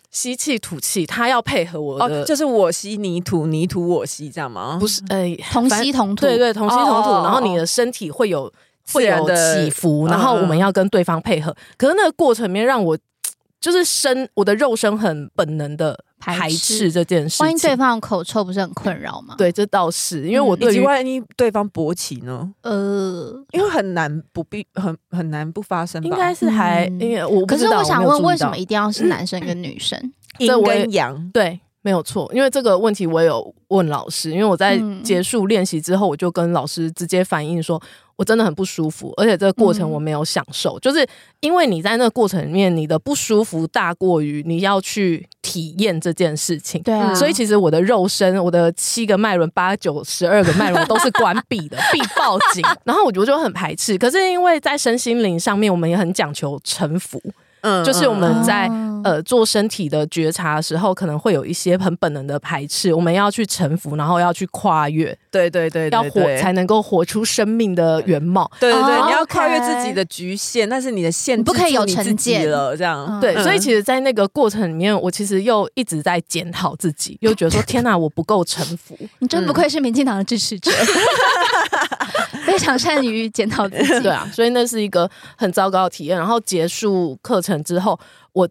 C: 吸气吐气，他要配合我的，
A: 哦，就是我吸泥土，泥土我吸，这样吗？
C: 不是呃
B: 同吸同吐，
C: 对对同吸同吐，
A: 哦哦哦
C: 然后你的身体会有
A: 自
C: 会
A: 然
C: 有
A: 的
C: 起伏，然后我
B: 嗯
C: 们要跟对方配合。可是那个过程里面让我。就是身，我的肉身很本能的
B: 排斥
C: 排斥这件事情。
B: 万一对方有口臭不是很困扰吗？，
C: 对，这倒是因为我
B: 嗯
A: 以
C: 对
A: 及
C: 于
A: 万一对方勃起呢？
B: 呃，
A: 因为很难不必很很难不发生吧？
C: 应该是还，
B: 嗯
C: 因为我不
B: 可
C: 知
B: 是
C: 道
B: 我想
C: 没有
B: 问，
C: 注意
B: 为什
C: 到嗯
B: 么一定要是男生跟女生？
C: 这
A: 阴
C: 我也
A: 跟阳
C: 对，没有错，因为这个问题我有问老师，因为我在
B: 嗯
C: 结束练习之后，我就跟老师直接反映说，我真的很不舒服，而且这个过程
B: 嗯
C: 我没有享受，就是因为你在那个过程里面，你的不舒服大过于你要去体验这件事情。
B: 对啊，
C: 所以其实我的肉身，我的七个脉轮、八九十二个脉轮都是关闭的， 必报警。然后我就我就很排斥，可是因为在身心灵上面，我们也很讲求臣服，
A: 嗯
C: 就是我们在
B: 哦
C: 呃做身体的觉察的时候，可能会有一些很本能的排斥，我们要去臣服，然后要去跨越，
A: 对对对
C: 要活才能够活出生命的原貌。
A: 对对对，
B: 哦
A: 你要跨越
B: OK
A: 自己的局限，但是你的限制
B: 你不可以有
A: 住你自
B: 成
A: 己
B: 见
A: 了，这样
B: 嗯
C: 对，所以
A: 嗯
C: 其实，在那个过程里面，我其实又一直在检讨自己，又觉得说：天哪，我不够臣 服。
B: 你真
C: 嗯
B: 不愧是民进党的支持 者，非常善于检讨自己。
C: 对啊，所以那是一个很糟糕的体验。然后结束课程之后，我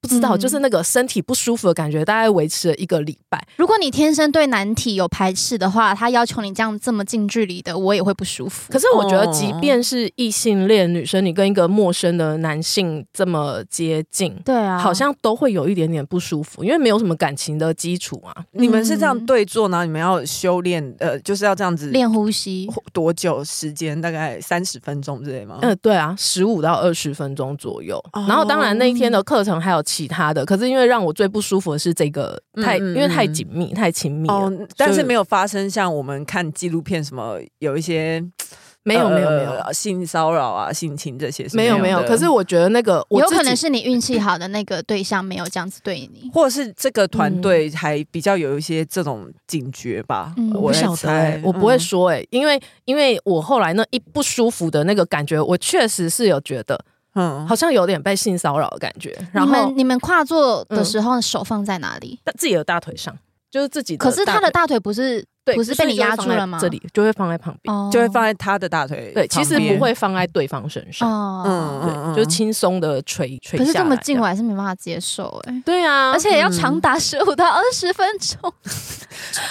C: 不知道，
B: 嗯
C: 就是那个身体不舒服的感觉，大概维持了一个礼拜。
B: 如果你天生对难题有排斥的话，他要求你这样这么近距离的，我也会不舒服。
C: 可是我觉得，即
A: 哦
C: 便是异性恋女生，你跟一个陌生的男性这么接近，
B: 对啊，
C: 好像都会有一点点不舒服，因为没有什么感情的基础啊。
A: 你们是这样
B: 嗯
A: 对坐，然后你们要修炼，呃，就是要这样子
B: 练呼吸，
A: 多久时间？大概三十分钟之类吗？
C: 嗯、对啊，十五到二十分钟左右。
A: 哦
C: 然后当然那一天的课程还有其他的，可是因为让我最不舒服的是这个
A: 嗯
C: 太，
A: 嗯
C: 因为太
A: 嗯
C: 紧密、太亲密了。
A: 哦，但是
C: 所以
A: 没有发生像我们看纪录片什么有一些
C: 没有没有没有
A: 呃性骚扰啊、性侵这些是
C: 没有没有。
A: 的
C: 可是我觉得那个我
B: 有
C: 自
B: 可能
C: 己
B: 是你运气好的那个对象没有这样子对你。
A: 或者是这个团
C: 嗯
A: 队还比较有一些这种警觉吧，
B: 嗯
C: 我不
A: 我在
C: 晓得、欸
A: 猜，，
C: 我不会
A: 嗯
C: 说哎、因为因为我后来那一不舒服的那个感觉，我确实是有觉得
A: 嗯
C: 好像有点被性骚扰的感觉， 然
B: 你
C: 后
B: 们你们跨坐的时候手放在哪里？
C: 自己的大腿上，就是自己的
B: 可是他的
C: 大
B: 大腿不是
C: 腿对，
B: 不是被你压住了吗？
C: 所以就会放在这里就会放在旁边，
B: 哦
A: 就会放在他的大腿
C: 对，其实
A: 旁边嗯
C: 不会放在对方身上，
B: 哦，
C: 对，就是轻松的垂嗯垂
B: 可是
C: 下来
B: 这么近我
C: 样
B: 还是没办法接受哎。
C: 对啊，
B: 而且也要长达十五到二十分钟，
C: 嗯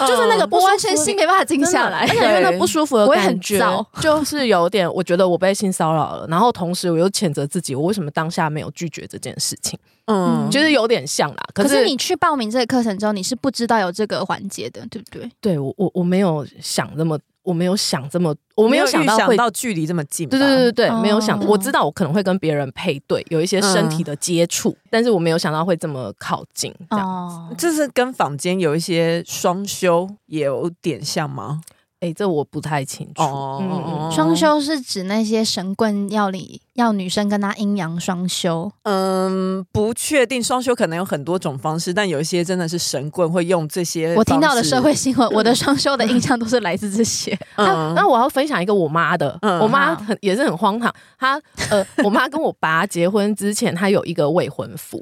B: 就是
C: 哦
B: 那个我完全心没办法静下来，
C: 而且因为那不舒服的
B: 我也
C: 感
B: 很
C: 觉
B: 燥，
C: 就是有点，我觉得我被性骚扰了，然后同时我又谴责自己，我为什么当下没有拒绝这件事情，
A: 嗯
B: 嗯
C: 就是有点像啦。可
B: 可
C: 是
B: 是你去报名这个课程之后，你是不知道有这个环节的，对不对？
C: 对我我我没有想那么，我没有想这么，我
A: 我
C: 没有
A: 想
C: 想到会。
A: 到距离这么近吧，
C: 对对对对对，
B: 哦嗯
C: 没有想，我知道我可能会跟别人配对，有一些身体的接触，但是我没有想到会这么靠近。这样，
B: 哦，
A: 这是跟坊间有一些双修也有点像吗？
C: 哎、这我不太清楚。
A: 哦
C: 嗯嗯嗯
B: 双，修是指那些神棍要你要女生跟他阴阳双修，
A: 嗯，不确定，双修可能有很多种方式，但有一些真的是神棍会用这些。
B: 我听到的社会，新闻，我的双修的印象都是 来自这些。嗯
C: 那那我要分享一个我妈的，
A: 嗯
C: 我妈
B: 好
C: 很也是很荒唐。她呃，我妈跟我爸结婚之前，她有一个未婚夫，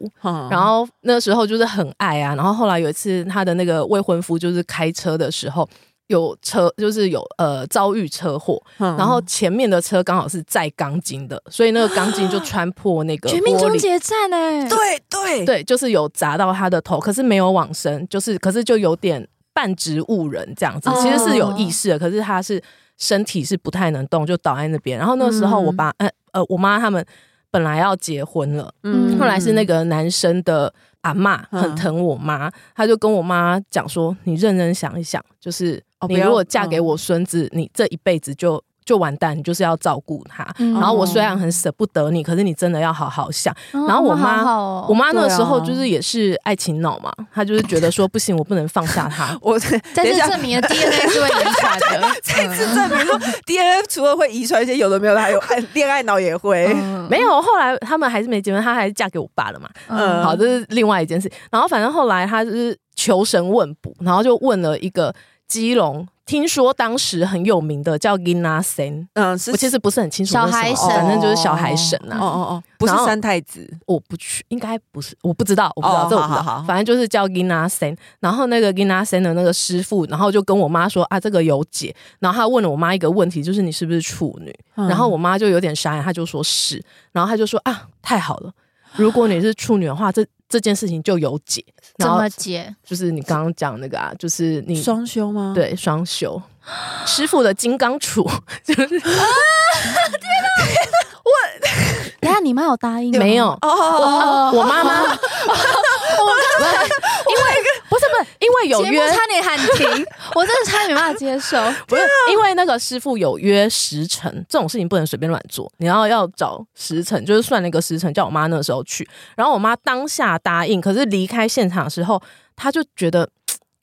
A: 嗯
B: 哦
C: 然后那时候就是很爱啊。然后后来有一次，她的那个未婚夫就是开车的时候有车，就是有呃遭遇车祸，
A: 嗯
C: 然后前面的车刚好是载钢筋的，所以那个钢筋就穿破那个
B: 绝命
C: 玻
B: 终
C: 璃。
B: 结战哎、
A: 对对，
C: 对，就是有砸到他的头，可是没有往生，就是可是就有点半植物人这样子，其实是有意识的，可是他是身体是不太能动，就倒在那边。然后那时候我爸、呃呃我妈他们本来要结婚了，
B: 嗯
C: 后来是那个男生的阿嬷
A: 嗯
C: 很疼我妈，她就跟我妈讲说：“你认真想一想，就是
A: 哦
C: 你
A: 不要
C: 如果嫁给我孙子，你这一辈子就就完蛋，你就是要照顾他。
B: 嗯
C: 然后我虽然很舍不得你，可是你真的要好好想。
B: 哦
C: 然后我妈
B: 好好哦
C: 我妈那个时候
A: 对啊
C: 就是也是爱情脑嘛，她就是觉得说不行，我不能放下他。
A: 我
B: 在
A: 等一
B: 这
A: 下
B: 证明了 DNA 是会遗传的，嗯
A: 再次证明 说 DNA 除了会遗传一些有的没有的，还有爱恋爱脑也会。
B: 嗯
C: 没有，后来他们还是没结婚，她还是嫁给我爸了嘛。
A: 嗯
C: 好，这是另外一件事。然后反正后来她就是求神问卜，然后就问了一个基隆，听说当时很有名的叫 Gina Sen，
A: 嗯，是
C: 我其实不是很清楚那是什
B: 小
C: 么哦
B: 孩神
C: 反正就是小孩神啊。
A: 哦哦哦，不是
C: 然后
A: 三太子，
C: 我不去，应该不是，我不知道，我不知道，
A: 哦
C: 这我不知
A: 好
C: 道。
A: 好好
C: 反正就是叫 Gina Sen，然后那个 Gina Sen 的那个师傅，然后就跟我妈说啊，这个有解。然后他问了我妈一个问题，就是你是不是处女？
A: 嗯
C: 然后我妈就有点傻眼，她就说是，然后她就说啊，太好了，如果你是处女的话，这这件事情就有解。
B: 怎
C: 然后
B: 么解？
C: 就是你刚刚讲那个啊，就是你
A: 双修吗？，
C: 对双修。师傅的金刚 杵，
B: 等一下你妈有答应吗
C: 没有？
A: 哦哦哦，
B: 哦
C: 我妈 妈，我 因为不是不是，因为有
B: 节目
C: 约，
B: 差点喊 停，我真的差点没办法接受。
C: 不是因为那个师傅有约时辰，这种事情不能随便乱做，你要要找时辰，就是算那个时辰，叫我妈那时候去，然后我妈当下答应，可是离开现场的时候，她就觉得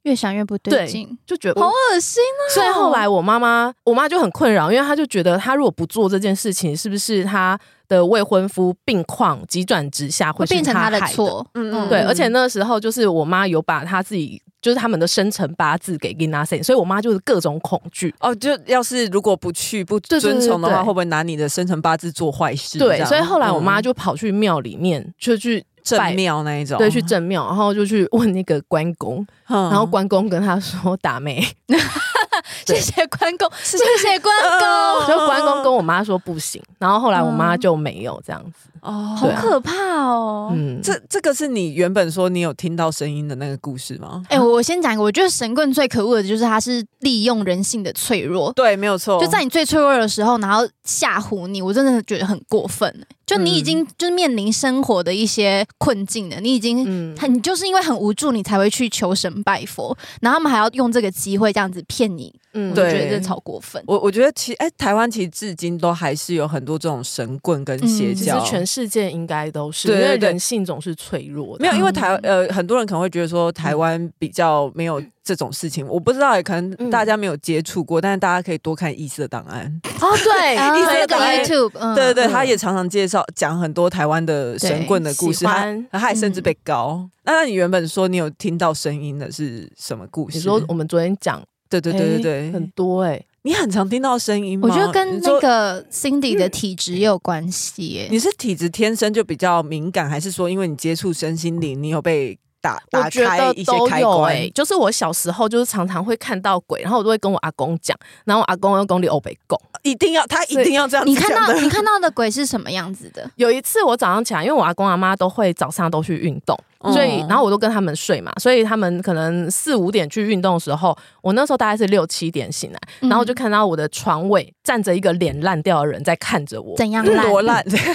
B: 越想越不对
C: 对
B: 劲，
C: 就觉得哦
B: 好恶心啊！
C: 所以后来我妈妈，我妈就很困扰，因为她就觉得，她如果不做这件事情，是不是她的未婚夫病况急转直下
B: 会
C: 会是
B: 变成她的
C: 害
B: 错，
A: 嗯
B: 嗯
C: 对，而且那时候就是我妈有把她自己，就是他们的生辰八字给 Gina s e 所以我妈就是各种恐惧。
A: 哦，就要是如果不去不
C: 对对
A: 遵从的
C: 对
A: 话，
C: 对
A: 会不会拿你的生辰八字做坏事？这
C: 对，
A: 样
C: 所以后来我妈
A: 嗯
C: 就跑去庙里面，就去拜
A: 正庙那一种，
C: 对，去正庙，然后就去问那个关公，
A: 嗯，
C: 然
A: 然
C: 后关公跟她说打妹，
B: 谢谢关公，谢谢关 公，
A: 嗯
C: 然后关公跟我妈说不行，然后后来我妈
B: 嗯
C: 就没有这样子，
A: 哦
B: 好
C: 对啊
B: 可怕哦！
C: 嗯，
A: 这这个是你原本说你有听到声音的那个故事吗？
B: 哎、我我先讲一个，我觉得神棍最可恶的就是他是利用人性的脆弱，
A: 对，没有错，
B: 就在你最脆弱的时候，然后吓唬你，我真的觉得很过分、欸就
A: 嗯
B: 你已经就是面临生活的一些困境了，你已经。
C: 嗯
B: 他你就是因为很无助，你才会去求神拜佛，然后他们还要用这个机会这样子骗你，
C: 嗯
B: 我
A: 对
B: 觉得这超过分。
A: 我我觉得其哎、台湾其实至今都还是有很多这种神棍跟邪
B: 嗯
C: 其
B: 比
C: 实
A: 教，
C: 全世界应该都是，
A: 对
C: 因
A: 对
C: 为
A: 对
C: 人性总是脆弱的。
A: 没有，因为
B: 嗯
A: 台呃，很多人可能会觉得说台湾比较没有这种事情，我不知道，也可能大家没有接触过，但是大家可以多看医师的档案。
C: 哦， 对
B: 啊
A: 一直
B: 还有个
A: 在
B: YouTube，嗯，
A: 对对
C: 嗯
A: 对，他也常常介绍讲很多台湾的神棍的故事，
C: 对喜欢嗯
A: 他他还甚至被告。那那你原本说你有听到声音的是什么故事？
C: 你说我们昨天讲，
A: 对对对
C: 诶
A: 对
C: 很
A: 对，
C: 多哎，
A: 你很常听到声音吗？
B: 我觉得跟
A: 你说嗯
B: 那个 Cindy 的体质也有关系欸耶、
A: 你是体质天生就比较敏感，还是说因为你接触身心灵，你有被打打
C: 我觉
A: 开
C: 得
A: 一些
C: 都
A: 开
C: 有
A: 关？
C: 哎，就是我小时候就是常常会看到鬼，然后我都会跟我阿公讲，然后我阿公又跟你欧北贡。
A: 一定要他一定要这样子
B: 你看
A: 讲
B: 到
A: 的
B: 你看到的鬼是什么样子 的？
C: 有一次我早上起来，因为我阿公阿妈都会早上都去运动，
A: 嗯
C: 所以然后我都跟他们睡嘛，所以他们可能四五点去运动的时候，我那时候大概是六七点醒来，
B: 嗯
C: 然后我就看到我的床尾站着一个脸烂掉的人在看着我，
B: 怎样
A: 多
B: 烂？
A: 烂，
C: 就是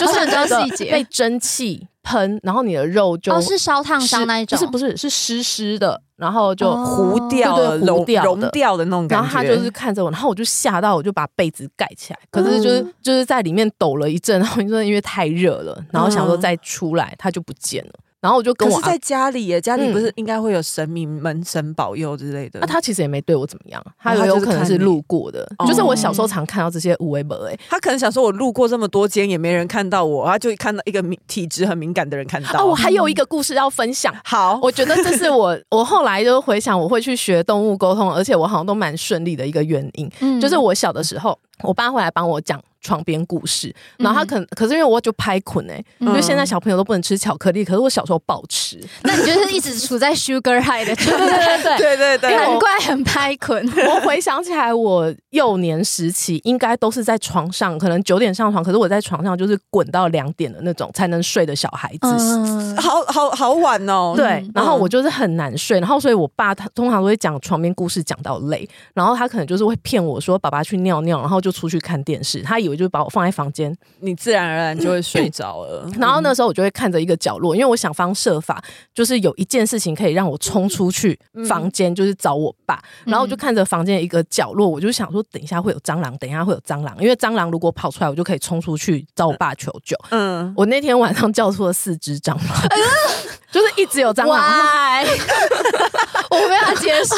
C: 就是
B: 很多
C: 那个
B: 细节
C: 被蒸汽喷，然后你的肉就
B: 哦，是烧烫伤那一种，
C: 不是不是是湿湿的，然后就
B: 哦
A: 糊掉了、
C: 对对糊
A: 融
C: 掉的
A: 融掉的那种感
C: 然
A: 觉。
C: 后他就是看着我，然后我就吓到，我就把被子盖起来。可是就是、
A: 嗯
C: 就是在里面抖了一阵，然后就因为太热了，然后想说再出来，他就不见了。然后我就
A: 嗯
C: 跟
A: 可
C: 我
A: 是
C: 阿
A: 在家里耶，家里
C: 嗯
A: 不是应该会有神明、门神保佑之类的。
C: 那、啊他其实也没对我怎么样，他
A: 哦他
C: 有
A: 就是
C: 可能
A: 看
C: 是
A: 你
C: 路过的，
A: 哦
C: 就是我小时候常看到这些无为本哎，
A: 他可能想说，我路过这么多间也没人看到我，他就看到一个敏体质很敏感的人看到。
C: 啊，我还有
A: 嗯
C: 一个故事要分享。
A: 好，
B: 哦
C: 我觉得这是我，我后来就回想，我会去学动物沟通，而且我好像都蛮顺利的一个原因。
B: 嗯
C: 就是我小的时候，我爸会来帮我讲床边故事，
B: 嗯
C: 然后他可、可是因为我就拍捆哎、
B: 嗯
C: 因为现在小朋友都不能吃巧克力，可是我小时候暴吃，
B: 那你就是一直处在 sugar high 的状态，
C: 对。
A: 对对哦对，
B: 难怪很拍捆。
C: 我回想起来，我幼年时期应该都是在床上，可能九点上床，可是我在床上就是滚到两点的那种才能睡的小孩子。
B: 嗯，
A: 好好好晚哦。
C: 对
B: 嗯，
C: 然后我就是很难睡，然后所以我爸他通常都会讲床边故事讲到累，然后他可能就是会骗我说爸爸去尿尿，然后就出去看电视，他以我就把我放在房间，
A: 你自然而然就会睡着 了。
C: 然后那时候我就会看着一个角落，因为我想方设法，就是有一件事情可以让我冲出去房间，就是找我爸。然后我就看着房间的一个角落，我就想说，等一下会有蟑螂，等一下会有蟑螂，因为蟑螂如果跑出来，我就可以冲出去找我爸求救。
A: 嗯，
C: 我那天晚上叫出了四只蟑螂， 就是一直有蟑螂。
B: 哇， 我没有接 受，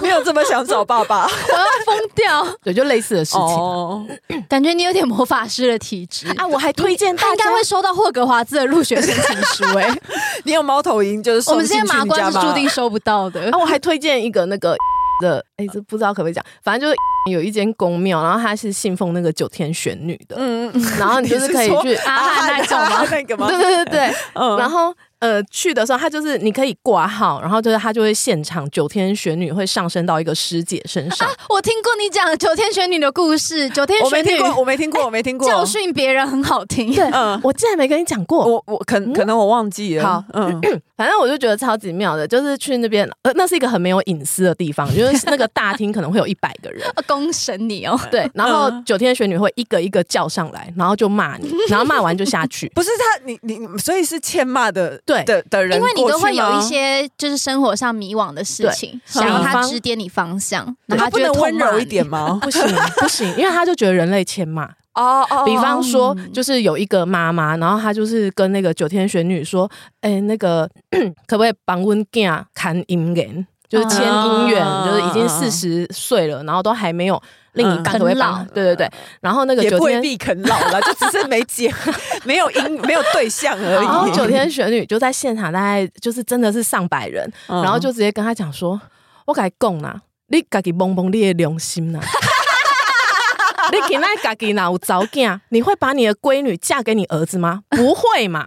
B: 我
A: 没有这么想找爸 爸
B: 要疯掉。
C: 对，就类似的事情。
A: 哦。
B: 感觉你有点魔法师的体质
C: 啊，我还推荐大
B: 他应
C: 家
B: 该会收到霍格华兹的入学申请书哎、
C: 啊
A: 你有猫头鹰就是
B: 我
A: 送
B: 们这
A: 进
B: 些
A: 去
B: 麻
A: 你家
B: 瓜是
A: 吗
B: 注定收不到的
C: 啊，。我还推荐一个那个 的，哎、这不知道可不可以讲，反正就是 有一间宫庙，然后它是信奉那个九天玄女的，
A: 嗯嗯嗯，
C: 然 后你就是可以
A: 你
C: 去，
A: 是说
B: 阿
A: 啊
B: 汉那种
A: 啊
B: 吗？
A: 那个吗？
C: 对对对对，
A: 嗯
C: 然后呃去的时候，它就是你可以挂号，然后就是它就会现场九天玄女会上升到一个师姐身上，
B: 我听过你讲九天玄女的故事，九天
A: 我没
B: 玄
A: 听
B: 女
A: 过，我没听过，我没听过。
B: 哎教训哦别人很好听。呃对，
A: 嗯，
C: 我竟然没跟你讲过，
A: 我我可
B: 嗯
A: 可能我忘记了。
C: 好
A: 嗯，
C: 反正我就觉得超级妙的，就是去那边，呃，那是一个很没有隐私的地方，就是那个大厅可能会有一百个人，
B: 公审你哦。
C: 对，然后
A: 嗯。
C: 九天玄女会一个一个叫上来，然后就骂你，然后骂完就下去
A: 不是他，你你所以是欠骂的
C: 对
A: 的的人
B: 因
A: 过
B: 为
A: 去吗，
B: 你都会有一些就是生活上迷惘的事情，
C: 对
B: 想要他
C: 嗯
B: 指点你方向，
A: 对，
B: 然
A: 他
B: 后他
A: 不
B: 就
A: 能
B: 会
A: 温
B: 痛骂
A: 柔
B: 你
A: 一点？ 吗？
C: 不行不行，因为他就觉得人类欠骂。
A: 哦哦
C: 比方说
B: 嗯，
C: 就是有一个妈妈，然后她就是跟那个九天玄女说：“哎、那个 可不可以帮温囝看姻缘？就是
B: 哦
C: 签姻缘，
A: 啊
C: 就是已经四十岁了，然后都还没有另一
B: 嗯
C: 半，可不可以
B: 啃
C: 帮
B: 老？
C: 对对对。然后那个
A: 也
C: 九
A: 未
C: 天，
A: 必啃老 了，就只是没结，没有因没有对象而
C: 然后
A: 已。
C: 哦九天玄女就在现场，大概就是真的是上百人，
A: 嗯，
C: 然后就直接跟他讲说：“我跟你讲啦，你自己摸摸你的良心啦。 你今天自己哪有早嫁？你会把你的闺女嫁给你儿子吗？不会 嘛。”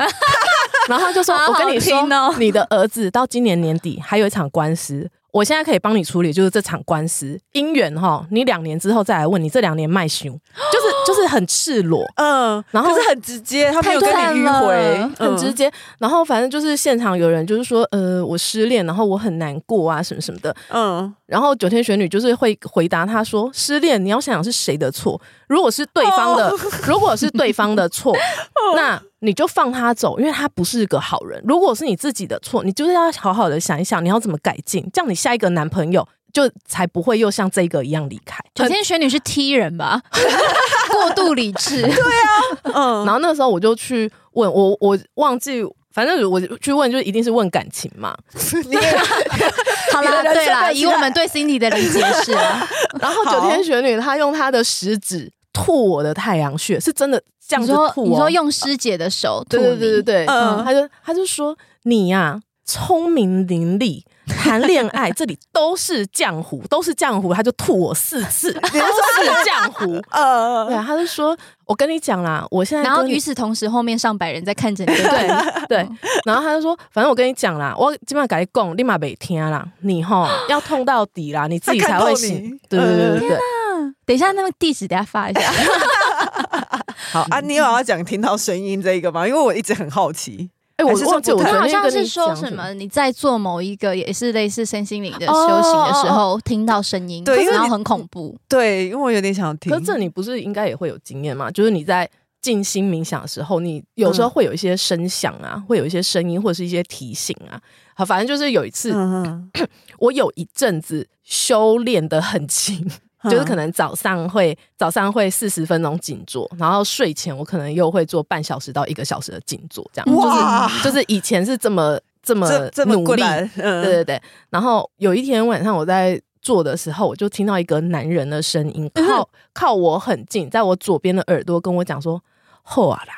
C: 然后他就说：“
B: 好好
C: 我跟你说，
B: 听哦
C: 你的儿子到今年年底还有一场官司，我现在可以帮你处理，就是这场官司姻缘哈，你两年之后再来问，你这两年卖熊，就是就是很赤裸。”
A: 嗯，
C: 然后
A: 可是很直接，他没有跟
C: 太
A: 你迂
C: 淡了
B: 嗯
A: 回，
C: 很直接。然后反正就是现场有人就是说，呃，我失恋，然后我很难过啊，什么什么的。
A: 嗯。
C: 然后九天玄女就是会回答他说，失恋你要想想是谁的错，如果是对方
B: 哦
C: 的，如果是对方的错，那你就放他走，因为他不是个好人。如果是你自己的错，你就是要好好的想一想，你要怎么改进，这样你下一个男朋友。就才不会又像这个一样离开。
B: 九天玄女是 T 人 吧？过度理智，
A: 嗯嗯，
C: 然后那时候我就去问我，我忘记，反正我去问，就一定是问感情嘛。
A: 嗯 你也
B: 好
A: 你的
B: 啦，
A: 人
B: 对
A: 生
B: 啦，
A: 很
B: 以我们对 Cindy 的理解是 啊，
C: 然后九天玄女她用她的食指吐我的太阳穴，是真的这样
B: 你
C: 子
B: 说
C: 吐、哦。
B: 你说用师姐的手吐
C: 对
B: 你，
C: 对对对对，
A: 嗯
C: 嗯，她就她就说你呀、聪明伶俐，谈恋爱这里都是浆糊，都是浆糊，她就吐我四次，都是浆糊。
A: 呃
C: 对，啊，她就说我跟你讲啦，我现在
B: 然后
C: 跟你
B: 与此同时，后面上百人在看着你，
C: 对对， 然后他就说，反正我跟你讲啦，我基本上改供立马北听啦，你吼要痛到底啦，你自己才会醒。
A: 他看
C: 对
A: 透
C: 对
A: 你
C: 对对对，
B: 等一下那个地址等一下发一 下。
A: 好啊，你有要讲听到声音这一个吗？因为我一直很好奇。
C: 哎，
A: 还
C: 我
A: 是
C: 忘记
A: 说
C: 我
A: 不太
C: 昨
B: 他好
C: 天
B: 像
C: 跟
B: 是
C: 你
B: 说
C: 讲
B: 什
C: 什么。
B: 么，你在做某一个也是类似身心灵的修行的时候，听到声音，
A: 对因为
B: 然后
A: 你
B: 很恐怖。
A: 对，因为我有点想听。
C: 可是这你不是应该也会有经验吗？就是你在静心冥想的时候，你有
A: 嗯
C: 时候会有一些声响啊，会有一些声音或者是一些提醒啊。好，反正就是有一次，
A: 嗯嗯
C: 我有一阵子修炼的很勤，
A: 嗯
C: 就是可能早上会早上会四十分钟静坐，然后睡前我可能又会做半小时到一个小时的静坐，这
A: 嗯哇
C: 样就是就是以前是这么这么
A: 这这么
C: 努
A: 过
C: 力，
A: 来，嗯
C: 对对对。然后有一天晚上我在做的时候，我就听到一个男人的声音
B: 嗯
C: 靠靠我很近，在我左边的耳朵跟我讲说：“后啊啦。”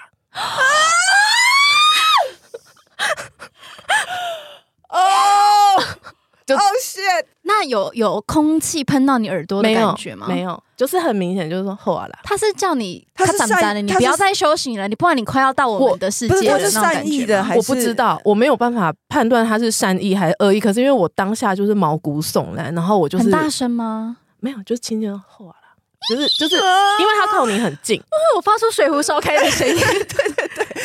A: 哦，
C: 就
A: 哦 shit，
B: 那有有空气喷到你耳朵的
C: 没有
B: 感觉吗？
C: 没。有，就是很明显就是说后啊啦。
B: 他是叫你，
A: 他是
B: 长大了，
A: 善
B: 你
A: 他是
B: 不要再修行了，你不然你快要到我们的世
A: 不是
B: 界
A: 他
B: 了
A: 是
B: 那种
A: 善
B: 感
A: 意
B: 觉
A: 的
B: 吗。
A: 还是
C: 我 不知道，我没有办法判断他是善意还是恶意。可是因为我当下就是毛骨悚然，然后我就是
B: 很大声吗？
C: 没有，就是轻轻的吼啊啦。就是就是因为它靠你很近。
B: 啊
E: 我发出水壶烧开的声音，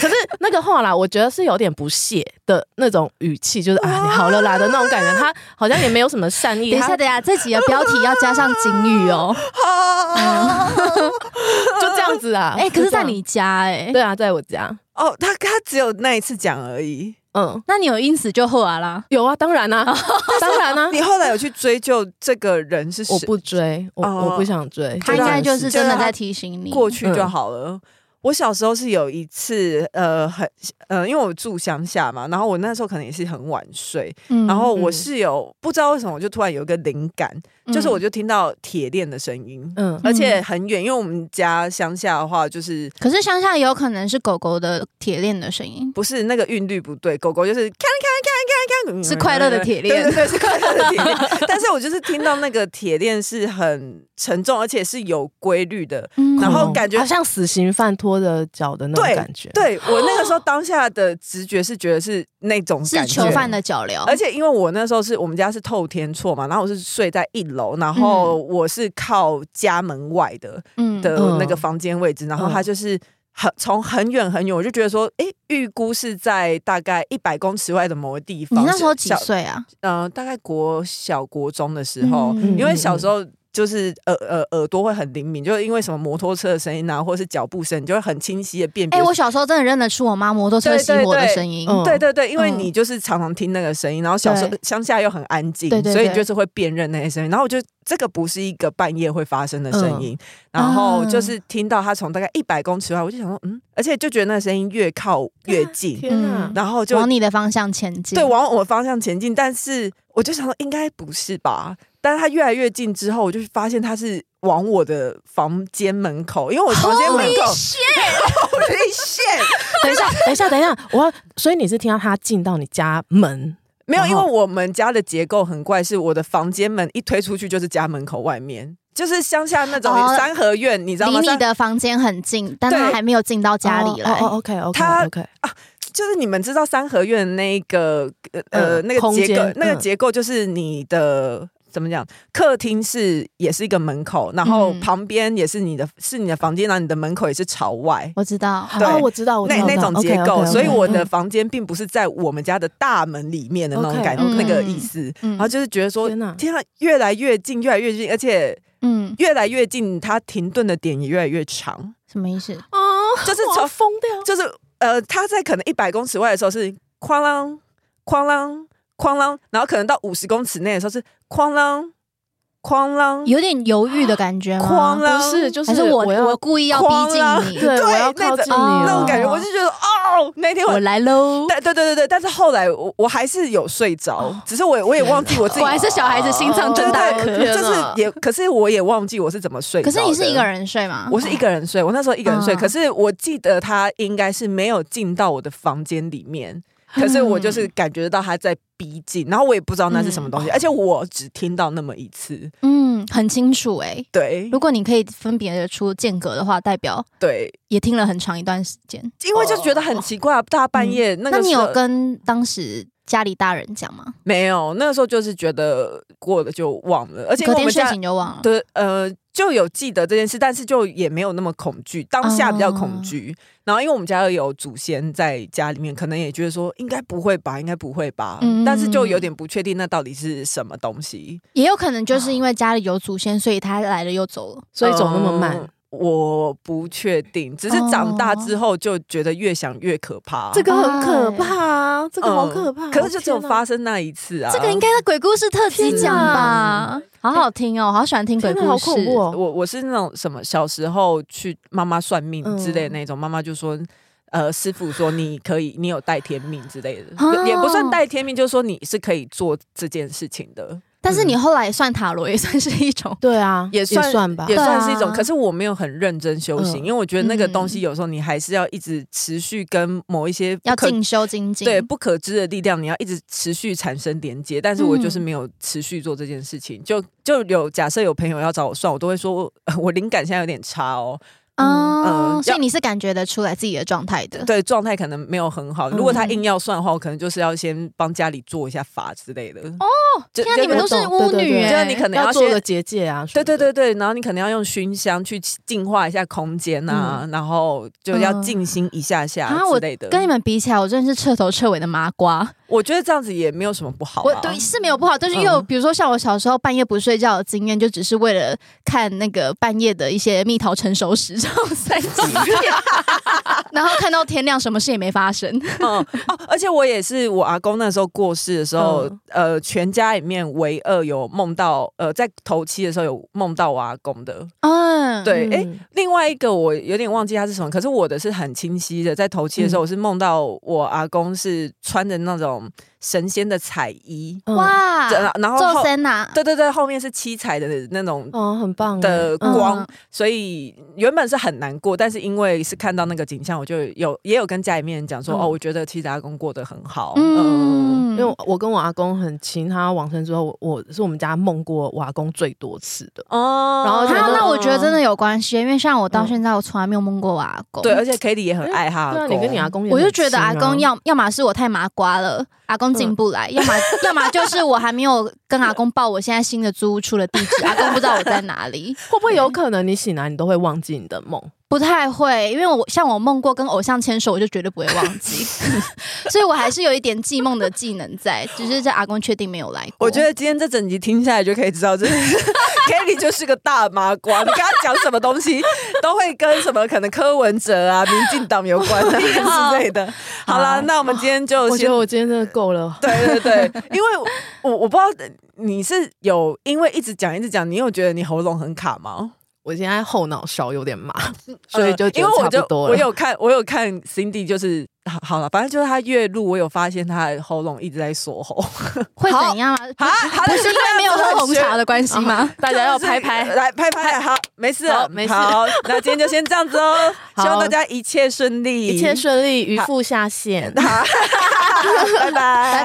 C: 可是那个啊话啦，我觉得是有点不屑的那种语气，就是啊，你好了啦的那种感觉。他好像也没有什么善 意，
B: 等一下，
C: 他
B: 等一下，这集的标题要加上警语哦。
C: 就这样 子啊。
B: 哎，可是，
C: 就这
B: 在
C: 样
B: 你家哎，
C: 对啊，在我家，
A: 哦，他他只有那一次讲而已。
C: 嗯，
B: 那你有因此就后来啦？
C: 有啊，当然啊，当然啊，
A: 你后来有去追究这个人是谁
C: 我？不追，我
A: 哦
C: 我不想追。
B: 他应该就是真的在提醒你。
A: 过去就
C: 嗯
A: 好了。我小时候是有一次，呃，很呃，因为我住乡下嘛，然后我那时候可能也是很晚睡，
B: 嗯
A: 然后我
C: 嗯
A: 室友不知道为什么，我就突然有一个灵感，就是我
B: 嗯
A: 就听到铁链的声音，
C: 嗯，
A: 而且很远，因为我们家乡下的话，就是
B: 可是乡下也有可能是狗狗的铁链的声音，
A: 不是那个韵律不对，狗狗就是看看看看看，
B: 是快乐的铁链
A: 嗯对对对，是快乐的铁链。 但是我就是听到那个铁链是很沉重，而且是有规律的。
B: 嗯
A: 然后
C: 哦
A: 感觉
C: 好像死刑犯拖着脚的那种
A: 对
C: 感觉。，
A: 对
B: 哦
A: 我那个时候当下的直觉是觉得是那种
B: 嗯是
A: 感觉
B: 囚犯的脚镣，
A: 而且因为我那时候是我们家是透天厝嘛，然后我是睡在一楼，然后我是靠家门外的
B: 嗯
A: 的
C: 嗯
A: 那个房间位置，然后
C: 嗯
A: 他就是很从很远很远，我就觉得说，诶，预估是在大概一百公尺外的某个地
B: 你
A: 方。
B: 那时候几
A: 小？
B: 岁啊？
A: 呃，大概国小国中的时候，
B: 嗯
A: 因为小时候。就是耳耳耳朵会很灵敏，就是因为什么摩托车的声音啊，或者是脚步声，你就会很清晰的辨别。
B: 哎，我小时候真的认得出我妈摩托车
A: 对
B: 熄
A: 对
B: 火的
A: 对
B: 声音，
C: 嗯
A: 对对对，因为
B: 嗯
A: 你就是常常听那个声音，然后小时候
B: 对
A: 乡下又很安静，
B: 对对对
A: 所以你就是会辨认那些声音。然后我就这个不是一个半夜会发生的
B: 嗯
A: 声音，然后
B: 啊
A: 就是听到他从大概一百公尺外，我就想说，嗯，而且就觉得那个声音越靠越近，
C: 天哪
B: 嗯！
A: 然后就
B: 往你的方向前进。
A: 对往我方向前进，但是我就想说应该不是吧。但是他越来越近之后，我就发现他是往我的房间门口，因为我房间
B: 嗯
A: 门口 Holy shit！
C: 等一下，等一下，等一下，我要，所以你是听到他进到你家门，
A: 没有，
C: 然
A: 因
C: 后
A: 为我们家的结构很怪，是我的房间门一推出去就是家门口外面，就是乡下那种
B: 哦
A: 三合院，你知道
B: 离
A: 吗？
B: 你
A: 三
B: 的房间很近，但他
A: 对
B: 还没有进到家里来。
C: 哦，OK OK
A: 他
C: OK，
A: 就是你们知道三合院那一个呃、
C: 嗯
A: 那个
C: 空
A: 结
C: 间
A: 构，那个
C: 嗯
A: 结构就是你的。怎么讲？客厅是也是一个门口，然后
B: 嗯
A: 旁边也是你的，是你的房间，然后你的门口也是朝外，
B: 我知道，
A: 对
C: 哦，我知道，我知
A: 那
C: 道
A: 那种结构
C: OK，OK，OK，
A: 所以我的
C: 嗯
A: 房间并不是在我们家的大门里面的那种
C: OK，
A: 感觉
B: OK
A: 那个意思。
B: 嗯
A: 然后就是觉得说，
C: 天哪
A: 天啊，越来越近，越来越近，而且
B: 嗯，
A: 越来越近，它停顿的点也越来越长，
B: 什么意思？
C: 哦，
A: 就是
C: 我要
A: 从
C: 疯掉，
A: 就是呃，它在可能一百公尺外的时候是哐啷哐啷哐啷，然后可能到五十公尺内的时候是哐啷哐啷
B: 有点犹豫的感觉
A: 哐
B: 吗？
A: 啷，
C: 不是，就
B: 还
C: 是
B: 是我
C: 要
B: 我故意要逼近
A: 哐啷
B: 你？
C: 对我
A: 那
C: 要靠
A: 种
C: 近你了
A: 那种感觉，我就觉得哦，那天
B: 我
A: 我。
B: 来喽！
A: 对对对对对，但是后来我我还是有睡着，只是我我也忘记我自己，
B: 哦果然是小孩子心脏
A: 对
B: 正大
A: 对
B: 颗。
A: 对，就是也，可是我也忘记我是怎么睡着
B: 可
A: 的。
B: 是你是一个人睡吗？
A: 我是一个人睡，我那时候一个人睡，
B: 嗯
A: 可是我记得他应该是没有进到我的房间里面，
B: 嗯
A: 可是我就是感觉到他在逼近，然后我也不知道那是什么东西，而且我只听到那么一次，
B: 嗯，很清楚哎。
A: 对
B: 如果你可以分别的出间隔的话，代表
A: 对，
B: 也听了很长一段时间。
A: 因为就觉得很奇怪，啊大半夜那
B: 哦那
A: 个
B: 你
A: 时候
B: 有跟当时家里大人讲吗？
A: 没有？那个时候就是觉得过了就忘了，而且因为
B: 隔
A: 我
B: 天
A: 们
B: 睡
A: 家
B: 醒就忘了。
A: 对，呃，就有记得这件事，但是就也没有那么恐惧，当下比较恐
C: 哦
A: 惧。然后因为我们家有祖先在家里面，可能也觉得说应该不会吧，应该不会吧，
B: 嗯
A: 但是就有点不确定那到底是什么东西，
B: 也有可能就是因为家里有祖先，所以他来了又走了。
C: 所以走那么
A: 嗯
C: 慢，
A: 我不确定，只是长大之后就觉得越想越可怕，
C: 哦这个很可怕啊，这个好可怕，
A: 哦嗯可是就只有
C: 天哪
A: 发生那一次啊，
B: 这个应。该在鬼故事特辑讲吧，好好听哦，好喜欢听鬼
C: 天
B: 故
C: 哪，
B: 事，
C: 好恐怖哦！
A: 我我是那种什么小时候去妈妈算命之类的那种，妈妈就说。呃，师傅说你可以，你有带天命之类的，
B: 哦
A: 也也不算带天命，就是说你是可以做这件事情的，
B: 但是你后来算塔罗也算是一种，
C: 对啊，
A: 也算
C: 算吧
A: 也，算是一种。
B: 对啊
A: 可是我没有很认真修行，
C: 嗯
A: 因为我觉得那个东西有时候你还是要一直持续跟某一些不
B: 要
A: 可
B: 进修精进。哦
A: 对不可知的力量，你要一直持续产生连接。但是我就是没有持续做这件 事情，就就有假设有朋友要找我算，我都会说我我灵感现在有点差哦。
B: 哦
A: 嗯，
B: 所以你是感觉得出来自己的状态的。嗯
A: 对，状态可能没有很好。如果他硬要算的话，我可能就是要先帮家里做一下法之类的。哦，就
B: 天啊，你们都是巫
C: 对对
B: 女
C: 对
B: 哎，
A: 就是你可能
C: 要
A: 要
C: 做
A: 先
C: 个结界啊，
A: 对对，对对，然后你可能要用熏香去净化一下空间啊，然后就要静心一下下
B: 嗯啊，
A: 之
B: 我
A: 类的。
B: 跟你，们比起来，我真的是彻头彻尾的麻瓜。
A: 我觉得这样子也没有什么不好、啊。
B: 我对是没有不好，但是因为我
A: 嗯
B: 比如说像我小时候半夜不睡觉的经验，就只是为了看那个半夜的一些蜜桃成熟时这种三级片， 然后看到天亮，什么事也没发生。
A: 嗯、哦，而且我也是，我阿公那时候过世的时候，
C: 嗯
A: 呃，全家里面唯二有梦到，呃，在头七的时候有梦到我阿公的。
B: 嗯，
A: 对哎
C: 嗯
A: 另外一个我有点忘记他是什么，可是我的是很清晰的，在头七
C: 嗯
A: 的时候，我是梦到我阿公是穿着那种神仙的彩衣，
C: 嗯
B: 哇，
A: 然然后
B: 宙
A: 后
B: 森呐，
A: 对对对，后面是七彩的那种
C: 哦，很棒
A: 的
C: 嗯
A: 光，哦
B: 嗯
A: 所以原本是很难过，但是因为是看到那个景象，我就有也有跟家里面人讲说，
C: 嗯
A: 哦，我觉得七仔阿公过得很好，嗯。
B: 嗯，
C: 因为我跟我阿公很亲，他往生之后，我我是我们家梦过我阿公最多次的。
A: 哦
C: 然后觉
B: 啊
C: 得，
B: 那我觉得真的有关系，因为像我到
C: 嗯
B: 现在，我从来没有梦过我阿公。
A: 嗯对，而且 k a t i e 也很爱他，
C: 对啊，你跟你阿，公也
B: 我就
C: 很
B: 觉得
C: 亲
B: 阿
C: 啊嗯
B: 公要要么是我太麻瓜了，阿公进不来；要么 要么就是我还没有跟阿公报我现在新的租屋处的地址，阿公不知道我在哪里。
C: 会不会有可能你醒来你都会忘记你的梦？
B: 不太会，因为我像我梦过跟偶像牵手，我就绝对不会忘记， 所以我还是有一点记梦的技能在，只是这阿公确定没有来过。
A: 我觉得今天这整集听下来就可以知道， 这 k a t i e 就是个大麻瓜，你跟他讲什么东西都会跟什么可能柯文哲啊、民进党有关啊之类的。好啦，那我们今天就
C: 我觉
A: 先
C: 得我今天真的够了。
A: 对对对，因为我我不知道你是有因为一直讲一直讲，你有觉得你喉咙很卡吗？
C: 我现在后脑勺有点麻，所以就
A: 呃
C: 觉
A: 因为
C: 得
A: 我
C: 差
A: 就
C: 不多
A: 我
C: 了。
A: 有看我有看 Cindy 就是好好了，反正就是他越录，我有发现他的喉咙一直在缩喉
B: 会怎样啊？
A: 啊，他
B: 不是因为没有喝红茶的关系 吗？
C: 大家要拍拍，
A: 来拍拍，好，没事了
C: 好没事
A: 好，那今天就先这样子 哦，希望
C: 好
A: 大家一切顺利，
C: 一切顺利，渔夫下线。
A: 好，拜拜，拜
B: 拜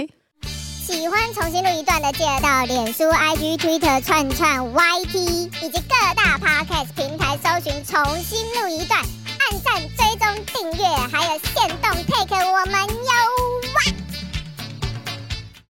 B: 拜。
F: 喜欢重新录一段的，记得到脸书、IG、Twitter、串串 YT 以及各大 Podcast 平台搜寻“重新录一段”，按赞、追踪、订阅，还有限动 take 我们哟。